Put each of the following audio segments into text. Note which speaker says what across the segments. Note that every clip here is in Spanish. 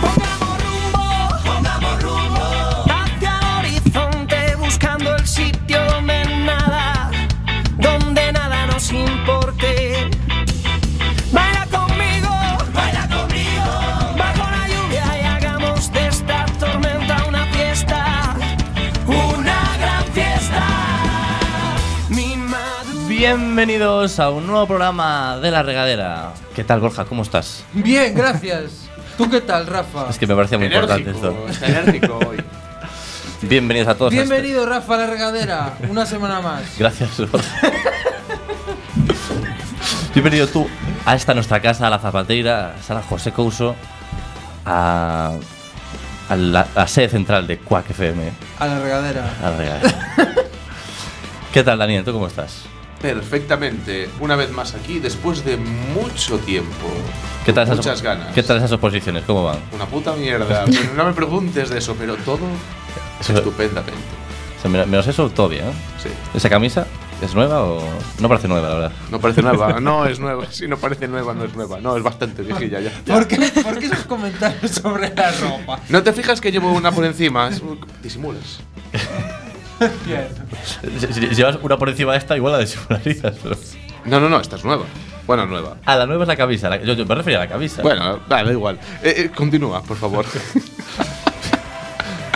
Speaker 1: Pongamos rumbo, pongamos rumbo hacia el horizonte buscando el sitio donde nada, donde nada nos importe. Baila conmigo, baila conmigo bajo la lluvia y hagamos de esta tormenta una fiesta, una gran fiesta. Mi madre.
Speaker 2: Bienvenidos a un nuevo programa de La Regadera. ¿Qué tal, Borja? ¿Cómo estás?
Speaker 3: Bien, gracias. ¿Tú qué tal, Rafa?
Speaker 2: Es que me parece muy importante esto.
Speaker 4: Está enérgico hoy.
Speaker 2: Bienvenidos a todos. a este-
Speaker 3: Bienvenido, Rafa, a la regadera. Una semana más.
Speaker 2: Gracias, Borja. Bienvenido tú a esta nuestra casa, a la Zapateira, a Sala José Couso, a, a la, a sede central de Quack FM,
Speaker 3: A la regadera.
Speaker 2: La Regadera. ¿Qué tal, Daniel? ¿Tú cómo estás?
Speaker 4: Perfectamente. Una vez más aquí, después de mucho tiempo.
Speaker 2: ¿Qué tal esas-
Speaker 4: Muchas ganas.
Speaker 2: ¿Qué tal esas oposiciones? ¿Cómo van?
Speaker 4: Una puta mierda. Pero no me preguntes de eso, pero todo
Speaker 2: Eso-
Speaker 4: estupendamente.
Speaker 2: O sea, me- menos eso, todo bien. ¿eh?
Speaker 4: Sí.
Speaker 2: ¿Esa camisa es nueva o.? No parece nueva, la verdad.
Speaker 4: No parece nueva, no es nueva. Si no parece nueva, no es nueva. No, es bastante viejilla ya.
Speaker 3: ¿Por qué, por qué esos comentarios sobre la ropa?
Speaker 4: ¿No te fijas que llevo una por encima? Es- Disimulas.
Speaker 3: Bien.
Speaker 2: Si, si- si llevas una por encima de esta, igual la desimularizas. Pero...
Speaker 4: No, no, no, esta es nueva. Bueno, nueva.
Speaker 2: Ah, la nueva es la camisa. la- yo, yo me refería a la camisa.
Speaker 4: Bueno, da, da igual. Eh, eh, continúa, por favor.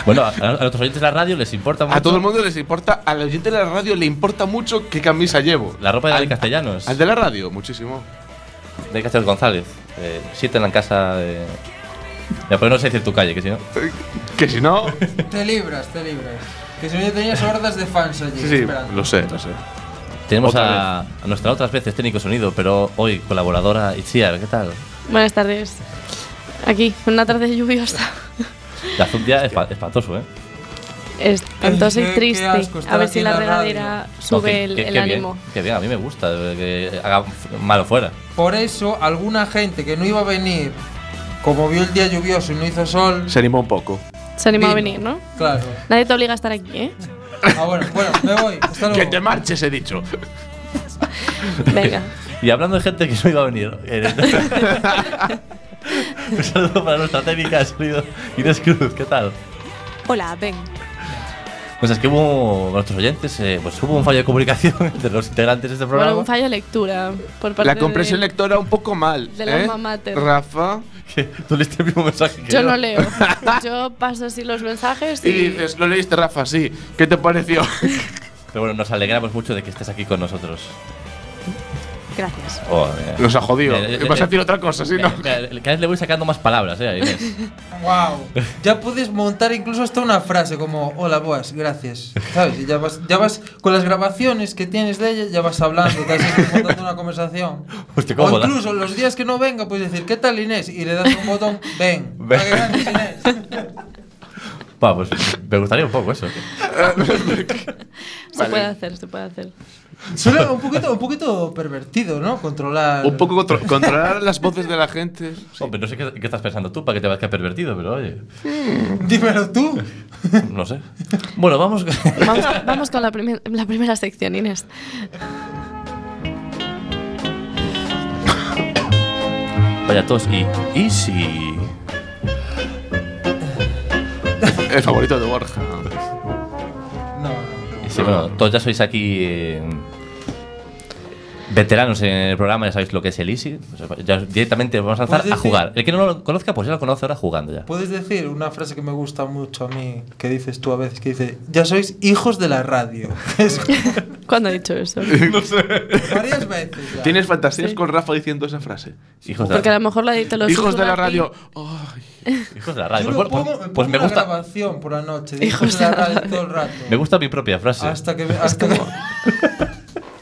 Speaker 2: Bueno, a, a nuestros oyentes de la radio les importa mucho.
Speaker 4: A todo el mundo les importa, al oyente de la radio le importa mucho qué camisa llevo.
Speaker 2: La ropa de Dani
Speaker 4: Al-
Speaker 2: Castellanos.
Speaker 4: Al de la radio, muchísimo.
Speaker 2: De Castellanos González. Eh, siete en la casa de. Ya, pero no sé decir tu calle, que si no.
Speaker 4: Que si no.
Speaker 3: Te libras, te libras. Que si no tenías hordas de fans allí.
Speaker 4: Sí, sí,
Speaker 3: esperando.
Speaker 4: lo sé, lo sé.
Speaker 2: Tenemos a,
Speaker 4: Otra
Speaker 2: a nuestra otras veces técnico sonido, pero hoy colaboradora Itziar, ¿qué tal?
Speaker 5: Buenas tardes. Aquí, una tarde lluviosa.
Speaker 2: La azul ya es pa- espantoso, ¿eh?
Speaker 5: Espantosa
Speaker 3: Qué-
Speaker 5: y
Speaker 3: qué
Speaker 5: triste.
Speaker 3: asco estar
Speaker 5: A ver
Speaker 3: aquí
Speaker 5: si
Speaker 3: en
Speaker 5: la
Speaker 3: la
Speaker 5: regadera sube
Speaker 2: No, que-
Speaker 5: el,
Speaker 2: que-
Speaker 5: el
Speaker 2: que bien,
Speaker 5: ánimo.
Speaker 2: que bien, a mí me gusta eh, que haga f- malo fuera.
Speaker 3: Por eso, alguna gente que no iba a venir, como vio el día lluvioso y no hizo sol.
Speaker 4: Se animó un poco.
Speaker 5: Se anima a
Speaker 3: vino.
Speaker 5: venir, ¿no?
Speaker 3: Claro.
Speaker 5: Nadie te obliga a estar aquí, ¿eh?
Speaker 3: Ah, bueno, bueno, me voy. Hasta luego.
Speaker 4: Que te marches, he dicho.
Speaker 5: Venga.
Speaker 2: Y hablando de gente que no iba a venir. eh, Un saludo para nuestra técnica de sonido Inés Cruz, ¿qué tal?
Speaker 6: Hola, ven.
Speaker 2: Pues es que hubo nuestros oyentes, eh, pues hubo un fallo de comunicación entre los integrantes de este programa.
Speaker 5: Bueno, un fallo de lectura por parte
Speaker 4: La comprensión
Speaker 5: de-
Speaker 4: lectora un poco mal.
Speaker 5: del alma
Speaker 4: ¿eh?
Speaker 5: mater.
Speaker 4: Rafa.
Speaker 2: que tú leíste el mismo mensaje que
Speaker 5: Yo no leo. Yo paso así los mensajes y.
Speaker 4: Y dices, lo leíste, Rafa, sí. ¿Qué te pareció?
Speaker 2: Pero bueno, nos alegramos mucho de que estés aquí con nosotros.
Speaker 6: Gracias.
Speaker 2: Oh, mira.
Speaker 4: Nos ha jodido.
Speaker 2: Mira,
Speaker 4: Vas a decir otra cosa, sí,
Speaker 2: mira,
Speaker 4: ¿no?
Speaker 2: mira, cada vez le voy sacando más palabras, eh, a Inés.
Speaker 3: Wow. Ya puedes montar incluso hasta una frase como hola boas, gracias. ¿Sabes? Y ya vas, ya vas con las grabaciones que tienes de ella, ya vas hablando, te has ido montando una conversación.
Speaker 2: Hostia, cómo
Speaker 3: o
Speaker 2: mola.
Speaker 3: incluso los días que no venga, puedes decir, ¿qué tal Inés? Y le das un botón, ven.
Speaker 2: Ven.
Speaker 3: "Ah, que gracias, Inés".
Speaker 2: Va, pues me gustaría un poco eso.
Speaker 5: se
Speaker 4: Vale.
Speaker 5: puede hacer, se puede hacer.
Speaker 3: Suena un poquito, un poquito pervertido, ¿no? Controlar.
Speaker 4: Un poco contro- controlar las voces de la gente.
Speaker 2: Hombre, no sé qué, qué estás pensando tú para que te parezca pervertido, pero oye,
Speaker 3: Dímelo tú.
Speaker 2: no sé. Bueno, vamos.
Speaker 5: Vamos, vamos con la, primer- la primera sección, Inés.
Speaker 2: Vaya tos y. ¿Y si.?
Speaker 4: El favorito de Borja.
Speaker 3: No, no.
Speaker 2: Sí, bueno, todos ya sois aquí eh, veteranos en el programa, ya sabéis lo que es el Easy. Pues ya directamente vamos a lanzar
Speaker 3: Pues
Speaker 2: a
Speaker 3: decir-
Speaker 2: jugar. El que no lo conozca, pues ya lo conoce ahora jugando ya.
Speaker 3: Puedes decir una frase que me gusta mucho a mí, que dices tú a veces, que dice, ya sois hijos de la radio. Es como-
Speaker 5: ¿Cuándo he dicho eso?
Speaker 3: varias veces. ya.
Speaker 4: ¿Tienes fantasías
Speaker 5: Sí.
Speaker 4: con Rafa diciendo esa frase?
Speaker 2: Hijos de,
Speaker 5: Pues Porque a
Speaker 2: la,
Speaker 5: lo mejor la edito los
Speaker 4: Hijos de la
Speaker 5: susurra aquí.
Speaker 4: radio. Ay.
Speaker 2: hijos de la radio.
Speaker 3: Yo
Speaker 2: Pues, bueno,
Speaker 3: me pongo-
Speaker 2: pues-
Speaker 3: me
Speaker 2: pues me
Speaker 3: pongo la
Speaker 2: gusta,
Speaker 3: grabación por la noche,
Speaker 5: Hijos
Speaker 3: hijos de la
Speaker 5: de la
Speaker 3: radio
Speaker 5: radio.
Speaker 3: todo el rato.
Speaker 2: me gusta mi propia
Speaker 5: Ah,
Speaker 2: frase.
Speaker 3: Hasta que, hasta que-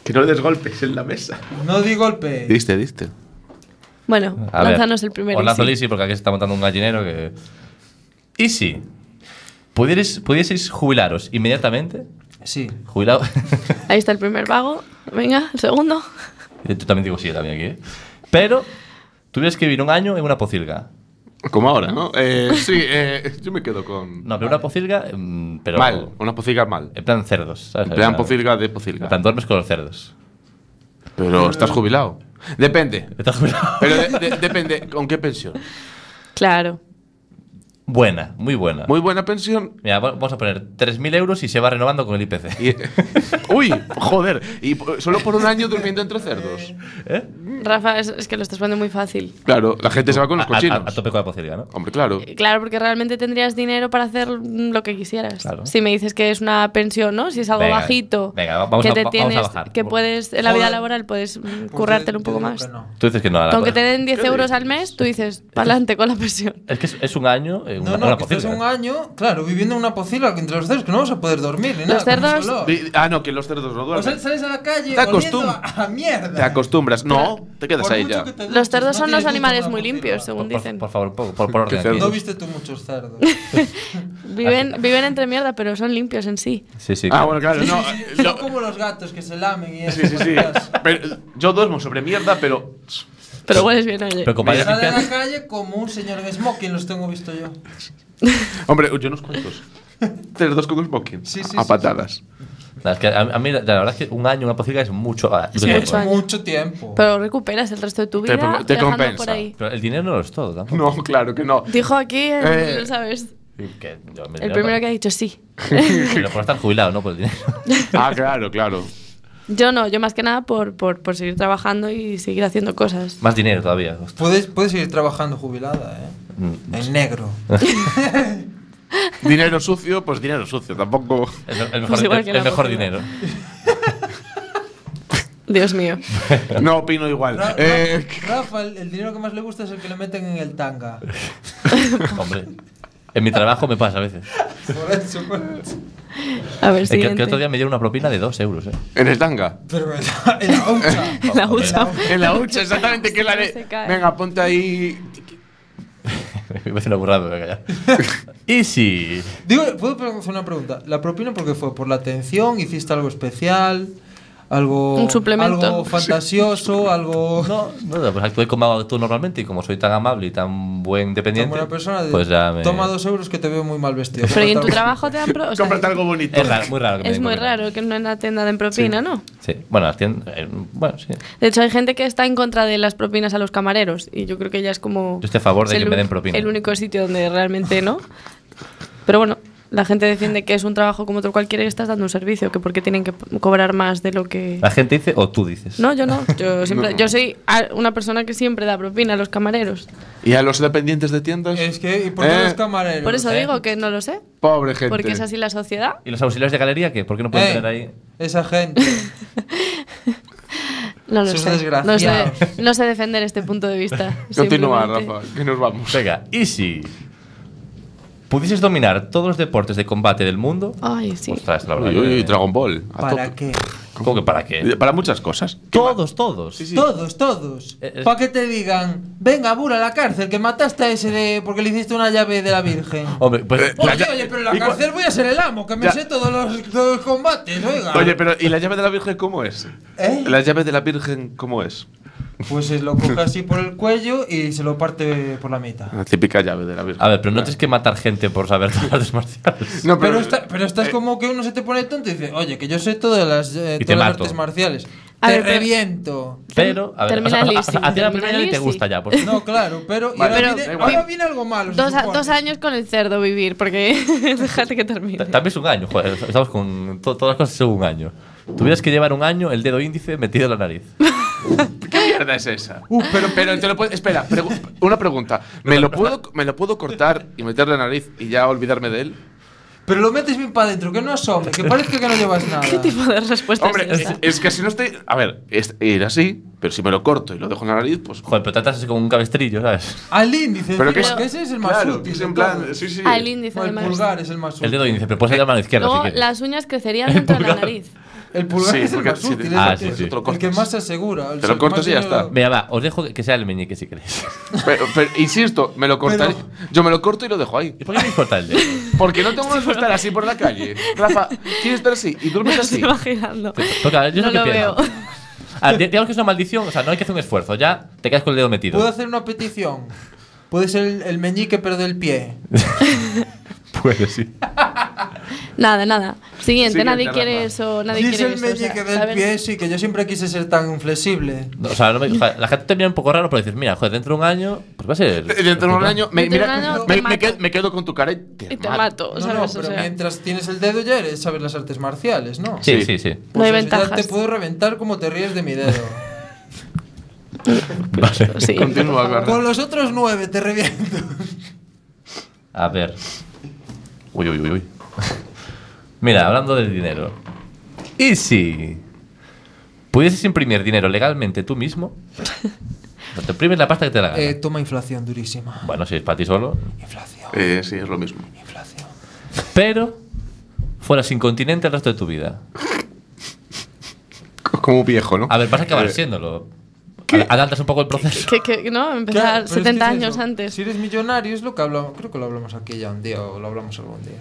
Speaker 4: Que no le des golpes en la mesa.
Speaker 3: no di golpe.
Speaker 4: Diste, diste.
Speaker 5: Bueno,
Speaker 2: A ver,
Speaker 5: lánzanos el primer
Speaker 2: Os lanzo el
Speaker 5: easy.
Speaker 2: Easy porque aquí se está montando un gallinero que. Easy. ¿Pudierais, pudieseis jubilaros inmediatamente?
Speaker 3: Sí.
Speaker 2: Jubilado.
Speaker 5: Ahí está el primer vago. Venga, el segundo.
Speaker 2: Yo también digo sí, también aquí. ¿eh? Pero tuvieras que vivir un año en una pocilga.
Speaker 4: Como ahora, ¿no? Eh, sí, eh, yo me quedo con.
Speaker 2: No, pero una pocilga, mm, pero.
Speaker 4: mal, una pocilga mal.
Speaker 2: En plan cerdos, ¿sabes?
Speaker 4: En plan
Speaker 2: O sea,
Speaker 4: pocilga de
Speaker 2: En
Speaker 4: pocilga.
Speaker 2: plan duermes con los cerdos.
Speaker 4: Pero estás jubilado. Depende.
Speaker 2: ¿Estás jubilado?
Speaker 4: Pero de- de- depende, ¿con qué pensión?
Speaker 5: Claro.
Speaker 2: Buena, muy buena.
Speaker 4: Muy buena pensión.
Speaker 2: Mira, va- vamos a poner 3.000 euros y se va renovando con el IPC.
Speaker 4: Y, uy, joder. Y po- solo por un año durmiendo entre cerdos.
Speaker 5: Rafa, es, es que lo estás poniendo muy fácil.
Speaker 4: Claro, la gente se va con los
Speaker 2: A- a-
Speaker 4: cochinos.
Speaker 2: A, a tope con la pocilga, ¿no?
Speaker 4: Hombre, claro.
Speaker 5: Eh, Claro, porque realmente tendrías dinero para hacer mm, lo que quisieras.
Speaker 2: Claro.
Speaker 5: Si me dices que es una pensión, ¿no? Si es algo
Speaker 2: Venga,
Speaker 5: bajito,
Speaker 2: venga, va- vamos
Speaker 5: que
Speaker 2: a-
Speaker 5: te
Speaker 2: va- vamos a
Speaker 5: tienes,
Speaker 2: bajar.
Speaker 5: que puedes en la vida
Speaker 3: Joder.
Speaker 5: laboral puedes mm,
Speaker 3: Pues
Speaker 5: currártelo
Speaker 3: yo-
Speaker 5: un poco
Speaker 3: yo digo
Speaker 5: más.
Speaker 3: que no.
Speaker 2: Tú dices que no a la
Speaker 5: Aunque te den 10
Speaker 4: ¿Qué
Speaker 5: euros al
Speaker 4: dices?
Speaker 5: mes, tú dices, pa'lante con la pensión.
Speaker 2: Es que es, es un año. eh, una,
Speaker 3: No,
Speaker 2: una
Speaker 3: no, que estés
Speaker 2: pocilga.
Speaker 3: un año, claro, viviendo en una pocilga entre los cerdos, que no vas a poder dormir ni nada. con
Speaker 5: cerdos-
Speaker 3: ese olor.
Speaker 4: Di- Ah, no, que los cerdos no
Speaker 3: O
Speaker 4: duermen.
Speaker 3: sea, sales a la calle
Speaker 4: Te
Speaker 3: oliendo
Speaker 4: acostum-
Speaker 3: a, a mierda.
Speaker 4: Te acostumbras. No, te quedas
Speaker 3: Por
Speaker 4: ahí
Speaker 3: mucho
Speaker 4: ya.
Speaker 3: que te
Speaker 5: Los
Speaker 3: duches,
Speaker 5: cerdos son
Speaker 3: tienes
Speaker 5: los
Speaker 3: ducha en
Speaker 5: animales
Speaker 3: una
Speaker 5: muy
Speaker 3: pocilga.
Speaker 5: limpios, según
Speaker 2: Por,
Speaker 5: dicen.
Speaker 2: por, por favor, por, por, por
Speaker 4: Qué
Speaker 2: orden. aquí.
Speaker 4: cerdo.
Speaker 3: No viste tú muchos cerdos.
Speaker 5: Viven, viven entre mierda, pero son limpios en sí.
Speaker 2: Sí, sí.
Speaker 4: Ah,
Speaker 2: claro.
Speaker 4: bueno, claro, no.
Speaker 3: Son
Speaker 4: no.
Speaker 3: como los gatos que se lamen y eso.
Speaker 4: Sí, sí, sí.
Speaker 3: Dios.
Speaker 4: Pero, yo duermo sobre mierda, pero.
Speaker 5: Pero hueles bien, oye.
Speaker 2: Pero con
Speaker 4: Mira.
Speaker 2: varias
Speaker 3: Sale a la
Speaker 2: limpias.
Speaker 3: calle como un señor en smoking, los tengo visto yo.
Speaker 4: Hombre, yo unos cuantos. Cerdos con smoking.
Speaker 3: Sí, sí,
Speaker 4: a
Speaker 3: sí,
Speaker 4: patadas.
Speaker 2: No, es que a, a mí, la, la verdad es que un año en una pocilga es mucho. ah,
Speaker 5: Es
Speaker 2: mucho
Speaker 5: mucho
Speaker 2: tiempo.
Speaker 5: año.
Speaker 3: Mucho tiempo.
Speaker 5: Pero recuperas el resto de tu
Speaker 4: Te
Speaker 5: vida
Speaker 4: com- te
Speaker 5: viajando
Speaker 4: compensa.
Speaker 5: por ahí.
Speaker 2: Pero el dinero no lo es todo tampoco.
Speaker 4: No, claro que no.
Speaker 5: Dijo aquí, eh,
Speaker 4: Eh,
Speaker 5: ¿sabes?
Speaker 2: Que yo me-
Speaker 5: El primero que ha dicho sí.
Speaker 2: Pero por estar jubilado, no por el dinero.
Speaker 4: Ah, claro, claro.
Speaker 5: Yo no, yo más que nada por, por, por seguir trabajando y seguir haciendo cosas.
Speaker 2: Más dinero todavía. hostia.
Speaker 3: Puedes, puedes seguir trabajando jubilada, ¿eh?
Speaker 4: Mm.
Speaker 3: En negro.
Speaker 4: Dinero sucio, pues dinero sucio. Tampoco.
Speaker 2: El, el mejor,
Speaker 5: Pues igual
Speaker 2: el-
Speaker 5: que la
Speaker 2: el mejor
Speaker 5: pocilga.
Speaker 2: dinero.
Speaker 5: Dios mío.
Speaker 4: No opino igual.
Speaker 3: Ra- Ra-
Speaker 4: Eh,
Speaker 3: Rafa, el, el dinero que más le gusta es el que le meten en el tanga.
Speaker 2: Hombre. En mi trabajo me pasa a veces.
Speaker 3: Por eso, por eso.
Speaker 5: A ver,
Speaker 2: Eh, Que, que
Speaker 5: siguiente.
Speaker 2: otro día me dieron una propina de 2 euros, ¿eh?
Speaker 4: en el tanga.
Speaker 3: Pero en la, en la hucha.
Speaker 2: Oh,
Speaker 5: La hucha.
Speaker 4: En la hucha, exactamente. Que es la
Speaker 5: Se
Speaker 4: de.
Speaker 5: cae.
Speaker 4: Venga, ponte ahí.
Speaker 2: Me parece una burrada, me voy a callar. Y si.
Speaker 3: Digo, ¿puedo pre- hacer una pregunta? ¿La propina por qué fue? ¿Por la atención? ¿Hiciste algo especial? ¿Algo,
Speaker 5: Un suplemento.
Speaker 3: algo fantasioso? ¿Algo...?
Speaker 2: No, no, pues actué como tú normalmente y como soy tan amable y tan buen
Speaker 3: Tan
Speaker 2: dependiente.
Speaker 3: buena persona, de-
Speaker 2: pues ya me.
Speaker 3: toma dos euros que te veo muy mal vestido.
Speaker 5: Pero ¿y en
Speaker 3: Cómprate
Speaker 5: tu
Speaker 3: algo.
Speaker 5: trabajo te dan pro- o sea,
Speaker 4: Cómprate algo bonito.
Speaker 2: Es raro, muy raro. que me
Speaker 5: Es
Speaker 2: den
Speaker 5: muy
Speaker 2: propina.
Speaker 5: raro que no en la tienda den propina, ¿no?
Speaker 2: Sí, bueno, las tiendas- eh, bueno, sí. Yo
Speaker 5: De hecho, hay gente que está en contra de las propinas a los camareros y yo creo que ya es como...
Speaker 2: estoy a favor de
Speaker 5: es el
Speaker 2: que me
Speaker 5: uni-
Speaker 2: den propina.
Speaker 5: El único sitio donde realmente no. Pero bueno, la gente defiende que es un trabajo como otro cualquiera y estás dando un servicio, que porque tienen que p- cobrar más de lo que...
Speaker 2: La gente dice o tú dices.
Speaker 5: No, yo no. Yo, siempre,
Speaker 4: No.
Speaker 5: yo soy a- una persona que siempre da propina a los camareros.
Speaker 4: ¿Y a los dependientes de tiendas?
Speaker 3: Es que, ¿y por qué
Speaker 4: Eh,
Speaker 3: los camareros?
Speaker 5: Por eso
Speaker 2: sé.
Speaker 5: digo que no lo sé.
Speaker 4: Pobre gente.
Speaker 5: Porque es así la sociedad.
Speaker 2: ¿Y los auxiliares de galería qué? ¿Por qué no pueden
Speaker 3: Eh,
Speaker 2: tener ahí?
Speaker 3: Esa gente.
Speaker 5: No lo
Speaker 3: Sois
Speaker 5: sé. No sé,
Speaker 3: desgraciados.
Speaker 5: no sé defender este punto de vista.
Speaker 4: Continúa,
Speaker 5: simplemente.
Speaker 4: Rafa, que nos vamos.
Speaker 2: Venga, y si. Pudieses dominar todos los deportes de combate del mundo.
Speaker 5: Ay, Ah, sí.
Speaker 2: Ostras, la verdad.
Speaker 4: Uy, uy,
Speaker 2: que-
Speaker 4: Dragon Ball. a
Speaker 3: ¿Para
Speaker 4: tope. Eh,
Speaker 3: qué?
Speaker 2: ¿Cómo que para qué?
Speaker 4: Para muchas cosas.
Speaker 2: Todos, todos.
Speaker 4: Sí, sí.
Speaker 3: Todos, todos.
Speaker 2: Eh, eh.
Speaker 3: Para que te digan, venga, Bura, a la cárcel, que mataste a ese de... porque le hiciste una llave de la Virgen.
Speaker 2: Hombre, pues.
Speaker 4: Eh,
Speaker 3: Oye,
Speaker 4: ya-
Speaker 3: oye, pero en la
Speaker 4: ¿y cuál-
Speaker 3: cárcel voy a ser el amo, que me
Speaker 4: Ya.
Speaker 3: sé todos los, todos los combates, oiga.
Speaker 4: Oye, pero ¿y la llave de la Virgen cómo es?
Speaker 3: ¿Eh?
Speaker 4: ¿La llave de la Virgen cómo es?
Speaker 3: Pues se lo coge así por el cuello y se lo parte por la mitad.
Speaker 4: La típica llave de la Virgen.
Speaker 2: A ver, pero no tienes que matar gente por saber todas las artes marciales.
Speaker 4: No,
Speaker 3: Pero, está- pero
Speaker 4: eh.
Speaker 3: estás como que uno se te pone tonto y dice, oye, que yo sé todas las, eh,
Speaker 2: Y te
Speaker 3: todas las
Speaker 2: mato.
Speaker 3: artes marciales.
Speaker 5: A
Speaker 3: te
Speaker 5: ver, pero-
Speaker 3: reviento.
Speaker 2: Pero, a ver,
Speaker 5: Termina
Speaker 2: o sea, o sea,
Speaker 5: Lisi,
Speaker 2: a ti la
Speaker 5: termina
Speaker 2: primera ya te
Speaker 5: Lisi.
Speaker 2: gusta ya. por-
Speaker 3: No, claro, pero. y
Speaker 4: Vale.
Speaker 3: ahora,
Speaker 5: Pero-
Speaker 3: viene,
Speaker 4: Da igual.
Speaker 3: ahora viene algo malo. se
Speaker 5: Dos, a-
Speaker 3: supone.
Speaker 5: dos años con el cerdo vivir, porque déjate que termine.
Speaker 2: Ta- También es un año, joder, estamos con to- todas las cosas son un año. Tuvieras que llevar un año el dedo índice metido en la nariz.
Speaker 4: ¿Qué mierda es esa? Uh, pero, pero te lo puedes. Espera, pregu- una pregunta. ¿Me lo, puedo, ¿Me lo puedo cortar y meterle la nariz y ya olvidarme de él?
Speaker 3: Pero lo metes bien para adentro, que no asome, que parece que no llevas nada.
Speaker 5: ¿Qué tipo de respuesta
Speaker 4: Hombre, es,
Speaker 5: es esa?
Speaker 4: es que si no estoy. A ver, es, ir así, pero si me lo corto y lo dejo en la nariz, pues.
Speaker 2: Joder, pero tratas así como un cabestrillo, ¿sabes?
Speaker 3: Al índice,
Speaker 4: Pero
Speaker 3: encima,
Speaker 4: que es.
Speaker 3: que ese es el más
Speaker 4: claro,
Speaker 3: útil.
Speaker 4: que es en
Speaker 3: de
Speaker 4: plan.
Speaker 3: todos.
Speaker 4: Sí, sí.
Speaker 5: Al índice,
Speaker 3: No, el
Speaker 5: además.
Speaker 3: pulgar es el más útil.
Speaker 2: El dedo índice, pero puedes hacer la mano izquierda si
Speaker 5: Luego
Speaker 2: quieres.
Speaker 5: las uñas crecerían dentro de la nariz.
Speaker 3: El pulgar
Speaker 4: Sí,
Speaker 3: es el
Speaker 4: porque
Speaker 3: más
Speaker 4: si te-
Speaker 3: útil.
Speaker 2: Ah,
Speaker 3: es el,
Speaker 2: sí, sí.
Speaker 3: que-
Speaker 4: Te lo
Speaker 3: el que
Speaker 4: cortas.
Speaker 3: más se asegura. el
Speaker 4: Te lo
Speaker 3: que
Speaker 4: cortas
Speaker 3: más
Speaker 4: y ya
Speaker 3: dinero-
Speaker 4: está.
Speaker 2: Venga, va, os dejo que sea el meñique si queréis.
Speaker 4: Pero, pero, insisto, me lo cortaré.
Speaker 3: Pero-
Speaker 4: Yo me lo corto y lo dejo ahí.
Speaker 2: ¿Y por qué me importa el dedo?
Speaker 4: Porque no tengo que estar así por la calle. Rafa, ¿quieres estar así? Y
Speaker 5: Me
Speaker 4: duermes
Speaker 5: lo
Speaker 4: así.
Speaker 5: estoy imaginando.
Speaker 2: Porque, a ver, yo es
Speaker 5: No
Speaker 2: lo
Speaker 5: lo
Speaker 2: que
Speaker 5: veo.
Speaker 2: pienso. A ver, di- digamos que es una maldición, o sea, no hay que hacer un esfuerzo, ya te quedas con el dedo metido.
Speaker 3: ¿Puedo hacer una petición? Puede ser el, el meñique, pero del pie.
Speaker 4: Puede, sí.
Speaker 5: Nada, nada. Siguiente,
Speaker 4: Siguiente,
Speaker 5: nadie
Speaker 4: Rafa.
Speaker 5: quiere eso. Nadie
Speaker 3: Si es
Speaker 5: quiere
Speaker 3: el
Speaker 5: eso. o sea,
Speaker 3: meñique del
Speaker 5: saber-
Speaker 3: pie, sí, que yo siempre quise ser tan flexible.
Speaker 2: No, O sea, no me- joder, la gente te mira un poco raro por decir, mira, joder, dentro de un año, pues va a ser.
Speaker 4: Dentro de un año, me,
Speaker 5: Dentro
Speaker 4: mira,
Speaker 5: de un año
Speaker 4: me, me
Speaker 5: te mato.
Speaker 4: quedo, me quedo con tu cara y te,
Speaker 5: Y te mato,
Speaker 3: No, no,
Speaker 5: ¿sabes?
Speaker 3: pero
Speaker 5: o sea,
Speaker 3: mientras tienes el dedo ya eres, sabes las artes marciales, ¿no?
Speaker 2: Sí,
Speaker 4: Sí.
Speaker 2: sí, sí.
Speaker 5: No hay
Speaker 3: eso ya
Speaker 5: ventajas.
Speaker 3: pues, te puedo reventar como te ríes de mi dedo.
Speaker 5: sí.
Speaker 4: Continúa, Clara.
Speaker 3: Con los otros nueve te reviento.
Speaker 2: A ver. Uy, uy, uy, uy. Mira, hablando de dinero. ¿Y si pudieses imprimir dinero legalmente tú mismo? No te imprimes la pasta que te la gana.
Speaker 3: Eh, toma inflación durísima.
Speaker 2: bueno, si es para ti solo.
Speaker 3: Inflación,
Speaker 4: Eh, sí, es lo mismo.
Speaker 3: inflación.
Speaker 2: Pero fueras incontinente el resto de tu vida.
Speaker 4: Como un viejo, ¿no?
Speaker 2: A ver, vas a
Speaker 4: Eh,
Speaker 2: acabar siéndolo. Adelantas un poco el proceso.
Speaker 5: Que, que, no,
Speaker 3: Claro,
Speaker 5: empezar
Speaker 3: pero es que
Speaker 5: 70
Speaker 3: es eso.
Speaker 5: años antes.
Speaker 3: Si eres millonario, es lo que hablamos, creo que lo hablamos aquí ya un día o lo hablamos algún día.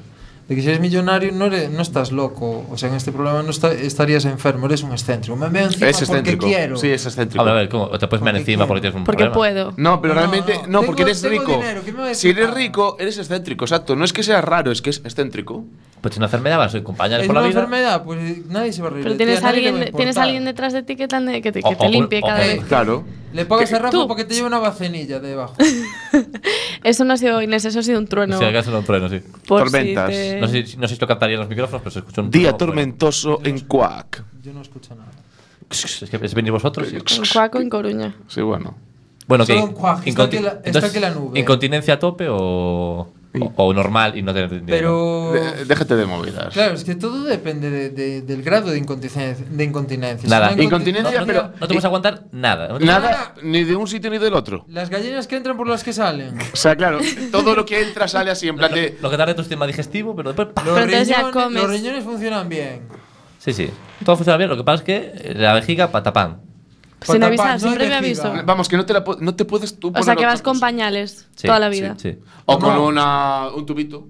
Speaker 3: De que si eres millonario no, eres- no estás loco, o sea, en este problema no esta- estarías enfermo, eres un excéntrico. Me veo encima
Speaker 4: Es
Speaker 3: porque
Speaker 4: excéntrico.
Speaker 3: quiero.
Speaker 4: Sí, pues. es excéntrico.
Speaker 2: A ver, a ver, ¿cómo? O te puedes mear
Speaker 3: Porque
Speaker 2: encima
Speaker 3: quiero.
Speaker 2: porque tienes un
Speaker 5: Porque
Speaker 2: problema.
Speaker 5: puedo.
Speaker 4: No, pero
Speaker 3: No,
Speaker 4: realmente.
Speaker 3: no,
Speaker 4: No, porque
Speaker 3: tengo-
Speaker 4: eres
Speaker 3: tengo
Speaker 4: rico.
Speaker 3: dinero, ¿qué me va a
Speaker 4: si
Speaker 3: decir
Speaker 4: eres
Speaker 3: nada?
Speaker 4: rico, eres excéntrico, exacto. No es que sea raro, es que es excéntrico.
Speaker 2: Pues es una enfermedad, vas a compañeros
Speaker 3: es
Speaker 2: por
Speaker 3: una
Speaker 2: la vida.
Speaker 3: enfermedad, pues nadie se va a reír.
Speaker 5: Pero
Speaker 3: de ti, a nadie le
Speaker 5: tienes
Speaker 3: va a
Speaker 5: alguien, tienes
Speaker 3: importar.
Speaker 5: alguien detrás de ti que te, ande- que te, que
Speaker 2: O-
Speaker 5: te
Speaker 2: o-
Speaker 5: limpie
Speaker 2: o-
Speaker 5: cada
Speaker 2: o-
Speaker 5: vez.
Speaker 4: Claro.
Speaker 3: Le pagas a Rafa
Speaker 5: Tú.
Speaker 3: porque te lleva una bacenilla debajo.
Speaker 5: Eso no ha sido Inés, eso ha sido un trueno.
Speaker 2: Sí, acá se lo trueno, sí.
Speaker 5: Por
Speaker 4: tormentas.
Speaker 5: Si te-
Speaker 2: No sé, si- no sé si lo captarían los micrófonos, pero se escucha un
Speaker 4: Día
Speaker 2: trueno, pues.
Speaker 4: tormentoso en Quack.
Speaker 3: Yo no escucho nada.
Speaker 2: Es que es venir vosotros. sí.
Speaker 5: Un cuaco en Coruña.
Speaker 4: Sí, bueno.
Speaker 2: Bueno,
Speaker 3: Solo
Speaker 2: que
Speaker 3: un cuac, está aquí la- está aquí la nube.
Speaker 2: ¿Incontinencia a tope o, o, o normal y no tener dinero?
Speaker 3: Pero.
Speaker 4: De- eh, déjate de movidas.
Speaker 3: Claro, es que todo depende de- de- del grado de incontinencia. De incontinencia. Si
Speaker 2: Nada.
Speaker 3: no hay
Speaker 2: no,
Speaker 4: Incontinencia,
Speaker 2: no,
Speaker 4: pero-
Speaker 2: no te vas a aguantar nada.
Speaker 4: Nada, ni de un sitio ni del otro.
Speaker 3: Las gallinas que entran por las que salen.
Speaker 4: O sea, claro, todo lo que entra sale así en plan de.
Speaker 2: Lo que tarde tu sistema digestivo, pero después. ¡pah!
Speaker 3: Los
Speaker 5: Pero entonces ya
Speaker 3: riñones,
Speaker 5: comes.
Speaker 3: los riñones funcionan bien.
Speaker 2: Sí, sí. Todo funciona bien. Lo que pasa es que eh, la vejiga patapán.
Speaker 5: Sin
Speaker 3: Patapán,
Speaker 5: avisar,
Speaker 3: Pues no
Speaker 5: siempre
Speaker 3: hay
Speaker 5: me
Speaker 3: vejiga.
Speaker 5: aviso.
Speaker 4: Vamos, que no te, la pu- no te puedes tú
Speaker 5: O
Speaker 4: poner
Speaker 5: sea, que
Speaker 4: otra
Speaker 5: vas con
Speaker 4: cosa.
Speaker 5: pañales
Speaker 2: Sí,
Speaker 5: toda la
Speaker 2: sí,
Speaker 5: vida.
Speaker 2: Sí,
Speaker 4: O con
Speaker 3: No.
Speaker 4: una, un tubito.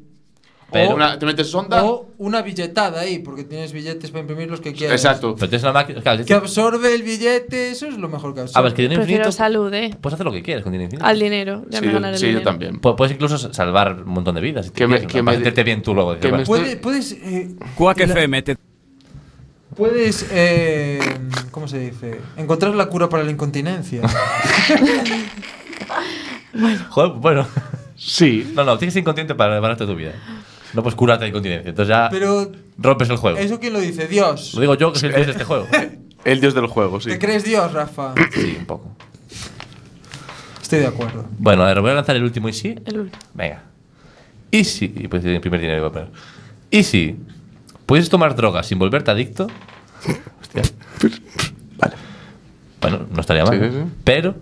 Speaker 2: Pero-
Speaker 4: o una, te metes sonda.
Speaker 3: O una billetada ahí, porque tienes billetes para imprimir los que quieras.
Speaker 4: Exacto.
Speaker 2: Pero tienes una máquina. Claro,
Speaker 3: Que
Speaker 2: dices-
Speaker 3: absorbe el billete, eso es lo mejor que absorbe.
Speaker 2: a ver, Ah, pues que dinero
Speaker 5: Prefiero
Speaker 2: infinito.
Speaker 5: salud, eh.
Speaker 2: Puedes hacer lo que quieras con dinero infinito.
Speaker 5: Al dinero. Ya
Speaker 4: Sí,
Speaker 5: me
Speaker 4: yo-
Speaker 5: ganaré el
Speaker 4: sí,
Speaker 5: dinero.
Speaker 4: yo también.
Speaker 2: Pu- Puedes incluso salvar un montón de vidas. Si te
Speaker 4: Que me-
Speaker 2: quieres,
Speaker 4: que
Speaker 2: ¿no?
Speaker 4: me
Speaker 2: Para
Speaker 4: de-
Speaker 2: sentirte bien tú luego.
Speaker 4: que
Speaker 2: Bueno,
Speaker 4: me estoy-
Speaker 3: Puede- Puedes. eh,
Speaker 7: Quack
Speaker 3: la-
Speaker 7: FM te
Speaker 3: Puedes. eh, ¿Cómo se dice? Encontrar la cura para la incontinencia.
Speaker 2: joder, bueno.
Speaker 4: Sí.
Speaker 2: No, no, tienes incontinente para llevarte tu vida. No puedes curarte de incontinencia. Entonces ya
Speaker 3: Pero.
Speaker 2: rompes el juego.
Speaker 3: ¿Eso quién lo dice? Dios.
Speaker 2: Lo digo yo que soy el dios de este juego.
Speaker 4: El dios del juego, sí.
Speaker 3: ¿Te crees Dios, Rafa?
Speaker 2: Sí, un poco.
Speaker 3: Estoy de acuerdo.
Speaker 2: Bueno, a ver, voy a lanzar el último y sí.
Speaker 5: El último.
Speaker 2: Venga. Y si. y Pues el primer dinero que voy a poner. Y si. Puedes tomar drogas sin volverte adicto. Hostia. Vale. Bueno, no estaría mal.
Speaker 4: Sí,
Speaker 2: ¿no?
Speaker 4: sí, sí.
Speaker 2: Pero.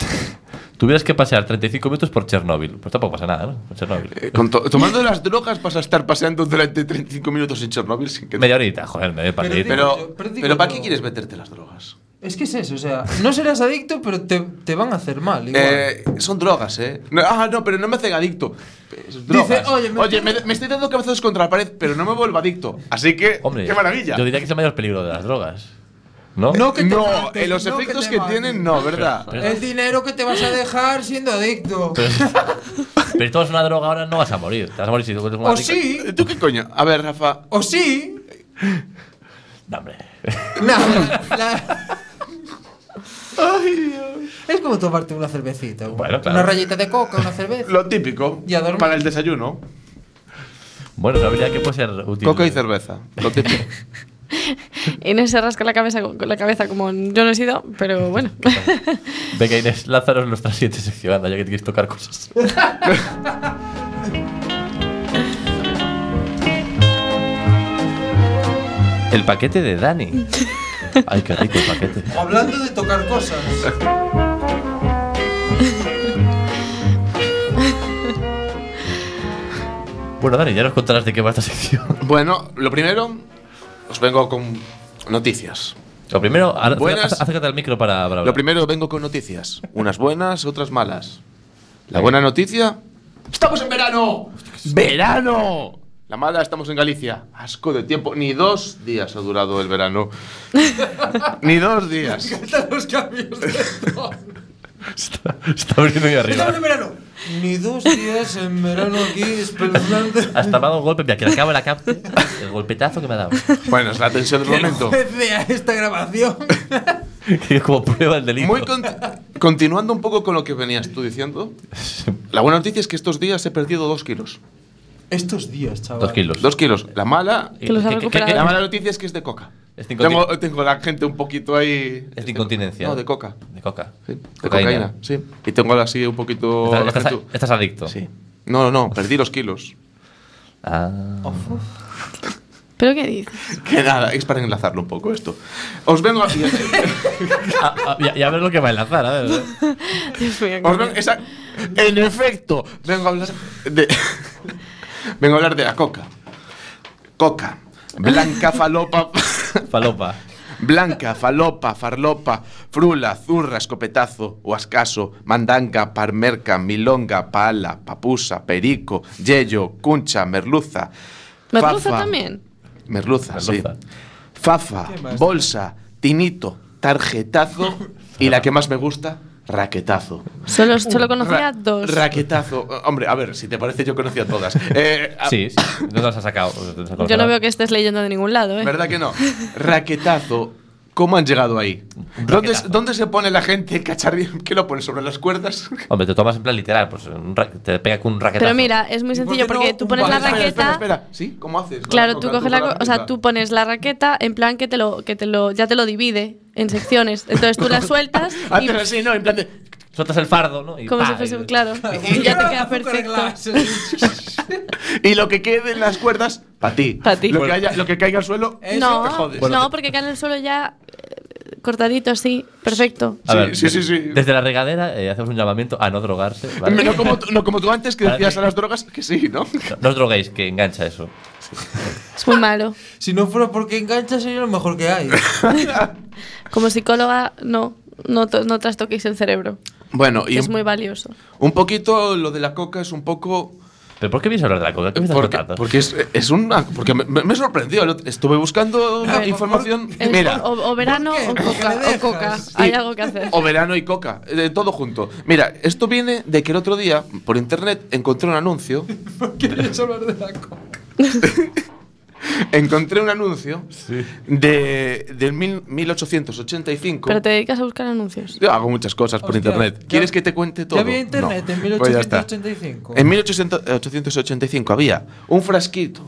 Speaker 2: Tuvieras que pasear 35 minutos por Chernóbil. Pues tampoco pasa nada, ¿no? Por Chernóbil.
Speaker 4: Eh, con to- tomando las drogas vas a estar paseando durante 35 minutos en Chernobyl sin que...
Speaker 2: Media horita, joder, media partida.
Speaker 3: digo-
Speaker 4: Pero,
Speaker 3: Pero digo
Speaker 4: pero ¿para qué
Speaker 3: yo-
Speaker 4: quieres meterte las drogas?
Speaker 3: Es que es eso, o sea, no serás adicto, pero te, te van a hacer mal. Igual.
Speaker 4: Eh, son drogas, ¿eh? No- ah, no, pero no me hacen adicto. Es drogas.
Speaker 3: Dice, "Oye, me-
Speaker 4: me, me estoy dando cabezazos contra la pared, pero no me vuelvo adicto. Así que,
Speaker 2: Hombre,
Speaker 4: ¡qué maravilla!
Speaker 2: Yo diría que es el mayor peligro de las drogas. ¿No?
Speaker 3: No que te
Speaker 4: no,
Speaker 3: maten,
Speaker 4: eh, los
Speaker 3: no que
Speaker 4: efectos
Speaker 3: te
Speaker 4: que,
Speaker 3: maten.
Speaker 4: tienen, no, ¿verdad?
Speaker 2: pero-
Speaker 3: El dinero que te vas a dejar siendo adicto.
Speaker 2: Pero si tomas una droga ahora no vas a morir. Te vas a morir si tú
Speaker 4: ¿Oh,
Speaker 2: tomas una
Speaker 3: O
Speaker 2: droga.
Speaker 3: sí,
Speaker 4: Eh, ¿Tú qué coño? A ver, Rafa.
Speaker 3: o sí.
Speaker 2: No, hombre.
Speaker 3: Nada. Es como tomarte una cervecita.
Speaker 2: Bueno, claro.
Speaker 3: Una rayita de coca, una cerveza.
Speaker 4: Lo típico.
Speaker 3: Y a dormir.
Speaker 4: Para el desayuno.
Speaker 2: Bueno, una habilidad que puede ser útil.
Speaker 4: Coca y cerveza. Lo típico.
Speaker 5: Inés se rasca la cabeza, con la cabeza como yo no he sido, pero bueno.
Speaker 2: Venga, Inés, lánzanos nuestra siguiente sección, anda, ya que quieres tocar cosas. El paquete de Dani. Ay, qué rico el paquete.
Speaker 3: Hablando de tocar cosas.
Speaker 2: Bueno, Dani, ya nos contarás de qué va esta sección.
Speaker 4: bueno, lo primero, os vengo con noticias.
Speaker 2: Lo primero, ahora-
Speaker 4: Buenas.
Speaker 2: ac- acércate al micro para, para
Speaker 4: Lo
Speaker 2: hablar.
Speaker 4: primero vengo con noticias. Unas buenas, otras malas.
Speaker 2: Eh.
Speaker 4: La buena noticia. ¡Estamos en verano! ¡Verano! La mala, estamos en Galicia. Asco de tiempo. Ni dos días ha durado el verano. Ni dos días.
Speaker 3: los cambios de
Speaker 4: Está-
Speaker 2: Está abriendo ahí arriba.
Speaker 3: ¡Estamos en verano! Ni dos días en verano aquí, espeluznante.
Speaker 2: Hasta me ha dado un golpe, mira, que le acaba la capta. El golpetazo que me ha dado.
Speaker 4: Bueno, es la tensión del momento.
Speaker 3: Que el juez vea esta grabación.
Speaker 2: Que como prueba el delito.
Speaker 4: Muy conti- continuando un poco con lo que venías tú diciendo, la buena noticia es que estos días he perdido dos kilos.
Speaker 3: Estos días, chaval.
Speaker 2: Dos kilos.
Speaker 4: Dos kilos. La mala,
Speaker 2: Y-
Speaker 5: Que los ha
Speaker 2: que- que-
Speaker 5: recuperado.
Speaker 2: que-
Speaker 4: la mala noticia es que es de coca.
Speaker 2: Eh. Es de incontin-
Speaker 4: Tengo, tengo la gente un poquito ahí.
Speaker 2: Es de incontinencia.
Speaker 4: No, de coca.
Speaker 2: De coca.
Speaker 4: Sí, de cocaína. sí. Y tengo así un poquito.
Speaker 2: Estás,
Speaker 4: la
Speaker 2: estás-
Speaker 4: gente-
Speaker 2: estás adicto.
Speaker 4: Sí. No, no, no, perdí los kilos.
Speaker 2: Ah.
Speaker 5: ¿Pero qué dices?
Speaker 4: Que nada, es para enlazarlo un poco esto. Os vengo a.
Speaker 2: Ah, ah, ya, ya ves lo que va a enlazar, ¿eh? a ver.
Speaker 5: Dios mío,
Speaker 4: Os
Speaker 5: qué
Speaker 4: vengo- esa- en efecto, vengo a hablar de. vengo a hablar de la coca. Coca. Blanca falopa.
Speaker 2: Falopa.
Speaker 4: Blanca, falopa, farlopa, frula, zurra, escopetazo, huascaso, mandanga, parmerca, milonga, pala, papusa, perico, yello, cuncha, merluza.
Speaker 5: ¿Merluza
Speaker 4: fafa-
Speaker 5: también?
Speaker 4: Merluza, sí.
Speaker 2: Merluza.
Speaker 4: Fafa,
Speaker 3: ¿Qué más?
Speaker 4: bolsa, tinito, tarjetazo y la que más me gusta, raquetazo.
Speaker 5: Solo, solo conocía
Speaker 4: Ra-
Speaker 5: dos.
Speaker 4: Raquetazo. Eh, Hombre, a ver, si te parece, yo conocía todas. Eh, a-
Speaker 2: Ah. Sí, sí. No las has sacado. las has
Speaker 5: Yo no
Speaker 2: sacado.
Speaker 5: veo que estés leyendo de ningún lado, ¿eh?
Speaker 4: ¿Verdad que no? Raquetazo. ¿Cómo han llegado ahí? ¿Dónde,
Speaker 2: Raquetazo.
Speaker 4: dónde se pone la gente cacharrín? ¿Qué lo pone sobre las cuerdas?
Speaker 2: Hombre, te tomas en plan literal, pues un ra- te pega con un raquetazo.
Speaker 5: Pero mira, es muy
Speaker 3: ¿Y por
Speaker 5: sencillo
Speaker 3: qué no
Speaker 5: porque tú
Speaker 3: un
Speaker 5: pones la
Speaker 3: balón?
Speaker 4: Espera,
Speaker 5: raqueta.
Speaker 4: espera, espera. ¿Sí? ¿Cómo haces?
Speaker 5: Claro, tú
Speaker 4: Con
Speaker 5: coges la, co- o sea,
Speaker 4: raqueta.
Speaker 5: tú pones la raqueta en plan que te lo que te lo ya te lo divide en secciones. Entonces tú la sueltas y
Speaker 4: Haces así, ¿no? En plan de...
Speaker 2: Sueltas el fardo, ¿no? Y
Speaker 5: como
Speaker 2: pa,
Speaker 5: si fuese
Speaker 2: y-
Speaker 5: un claro y ya te queda perfecto.
Speaker 3: eh.
Speaker 4: Y lo que quede en las cuerdas, para ti.
Speaker 5: Pa' ti.
Speaker 4: Lo, que haya- lo que caiga al suelo, te
Speaker 5: No,
Speaker 4: jodes.
Speaker 5: no, porque cae en el suelo ya eh, cortadito así, perfecto.
Speaker 2: A
Speaker 4: Sí,
Speaker 2: ver,
Speaker 4: sí, sí, sí.
Speaker 2: Desde la regadera eh, hacemos un llamamiento a no drogarse. ¿vale?
Speaker 4: No como, tú- no como tú antes que
Speaker 2: Para
Speaker 4: decías
Speaker 2: ti.
Speaker 4: a las drogas que sí, ¿no?
Speaker 2: No- no os droguéis, que engancha eso.
Speaker 5: Es muy malo.
Speaker 3: Si no fuera porque engancha, sería lo mejor que hay.
Speaker 5: Como psicóloga, no, no, to- no trastoquéis el cerebro.
Speaker 4: Bueno, y
Speaker 5: que es
Speaker 4: un-
Speaker 5: muy valioso.
Speaker 4: un poquito lo de la coca es un poco...
Speaker 2: ¿Pero por qué vienes a hablar de la coca? ¿Qué me estás
Speaker 4: Porque,
Speaker 2: contando?
Speaker 4: porque es, es una. Porque me, me sorprendió. lo- Estuve buscando
Speaker 3: A ver,
Speaker 4: información.
Speaker 5: Es
Speaker 4: Mira,
Speaker 5: o, o verano
Speaker 3: ¿Por qué?
Speaker 5: o
Speaker 3: ¿Por qué
Speaker 5: coca,
Speaker 3: le
Speaker 5: o coca.
Speaker 3: dejas?
Speaker 5: Hay
Speaker 4: Sí.
Speaker 5: algo que hacer.
Speaker 4: o verano y coca, de todo junto. Mira, esto viene de que el otro día por internet encontré un anuncio.
Speaker 3: ¿Quieres hablar de la coca?
Speaker 4: Encontré un anuncio de, del mil- 1885.
Speaker 5: Pero te dedicas a buscar anuncios.
Speaker 4: Yo hago muchas cosas por
Speaker 3: Hostia,
Speaker 4: internet.
Speaker 3: ya-
Speaker 4: ¿Quieres que te cuente todo?
Speaker 3: Ya había internet
Speaker 4: No.
Speaker 3: en
Speaker 4: Pues ya está.
Speaker 3: 1885.
Speaker 4: En 1885 había un frasquito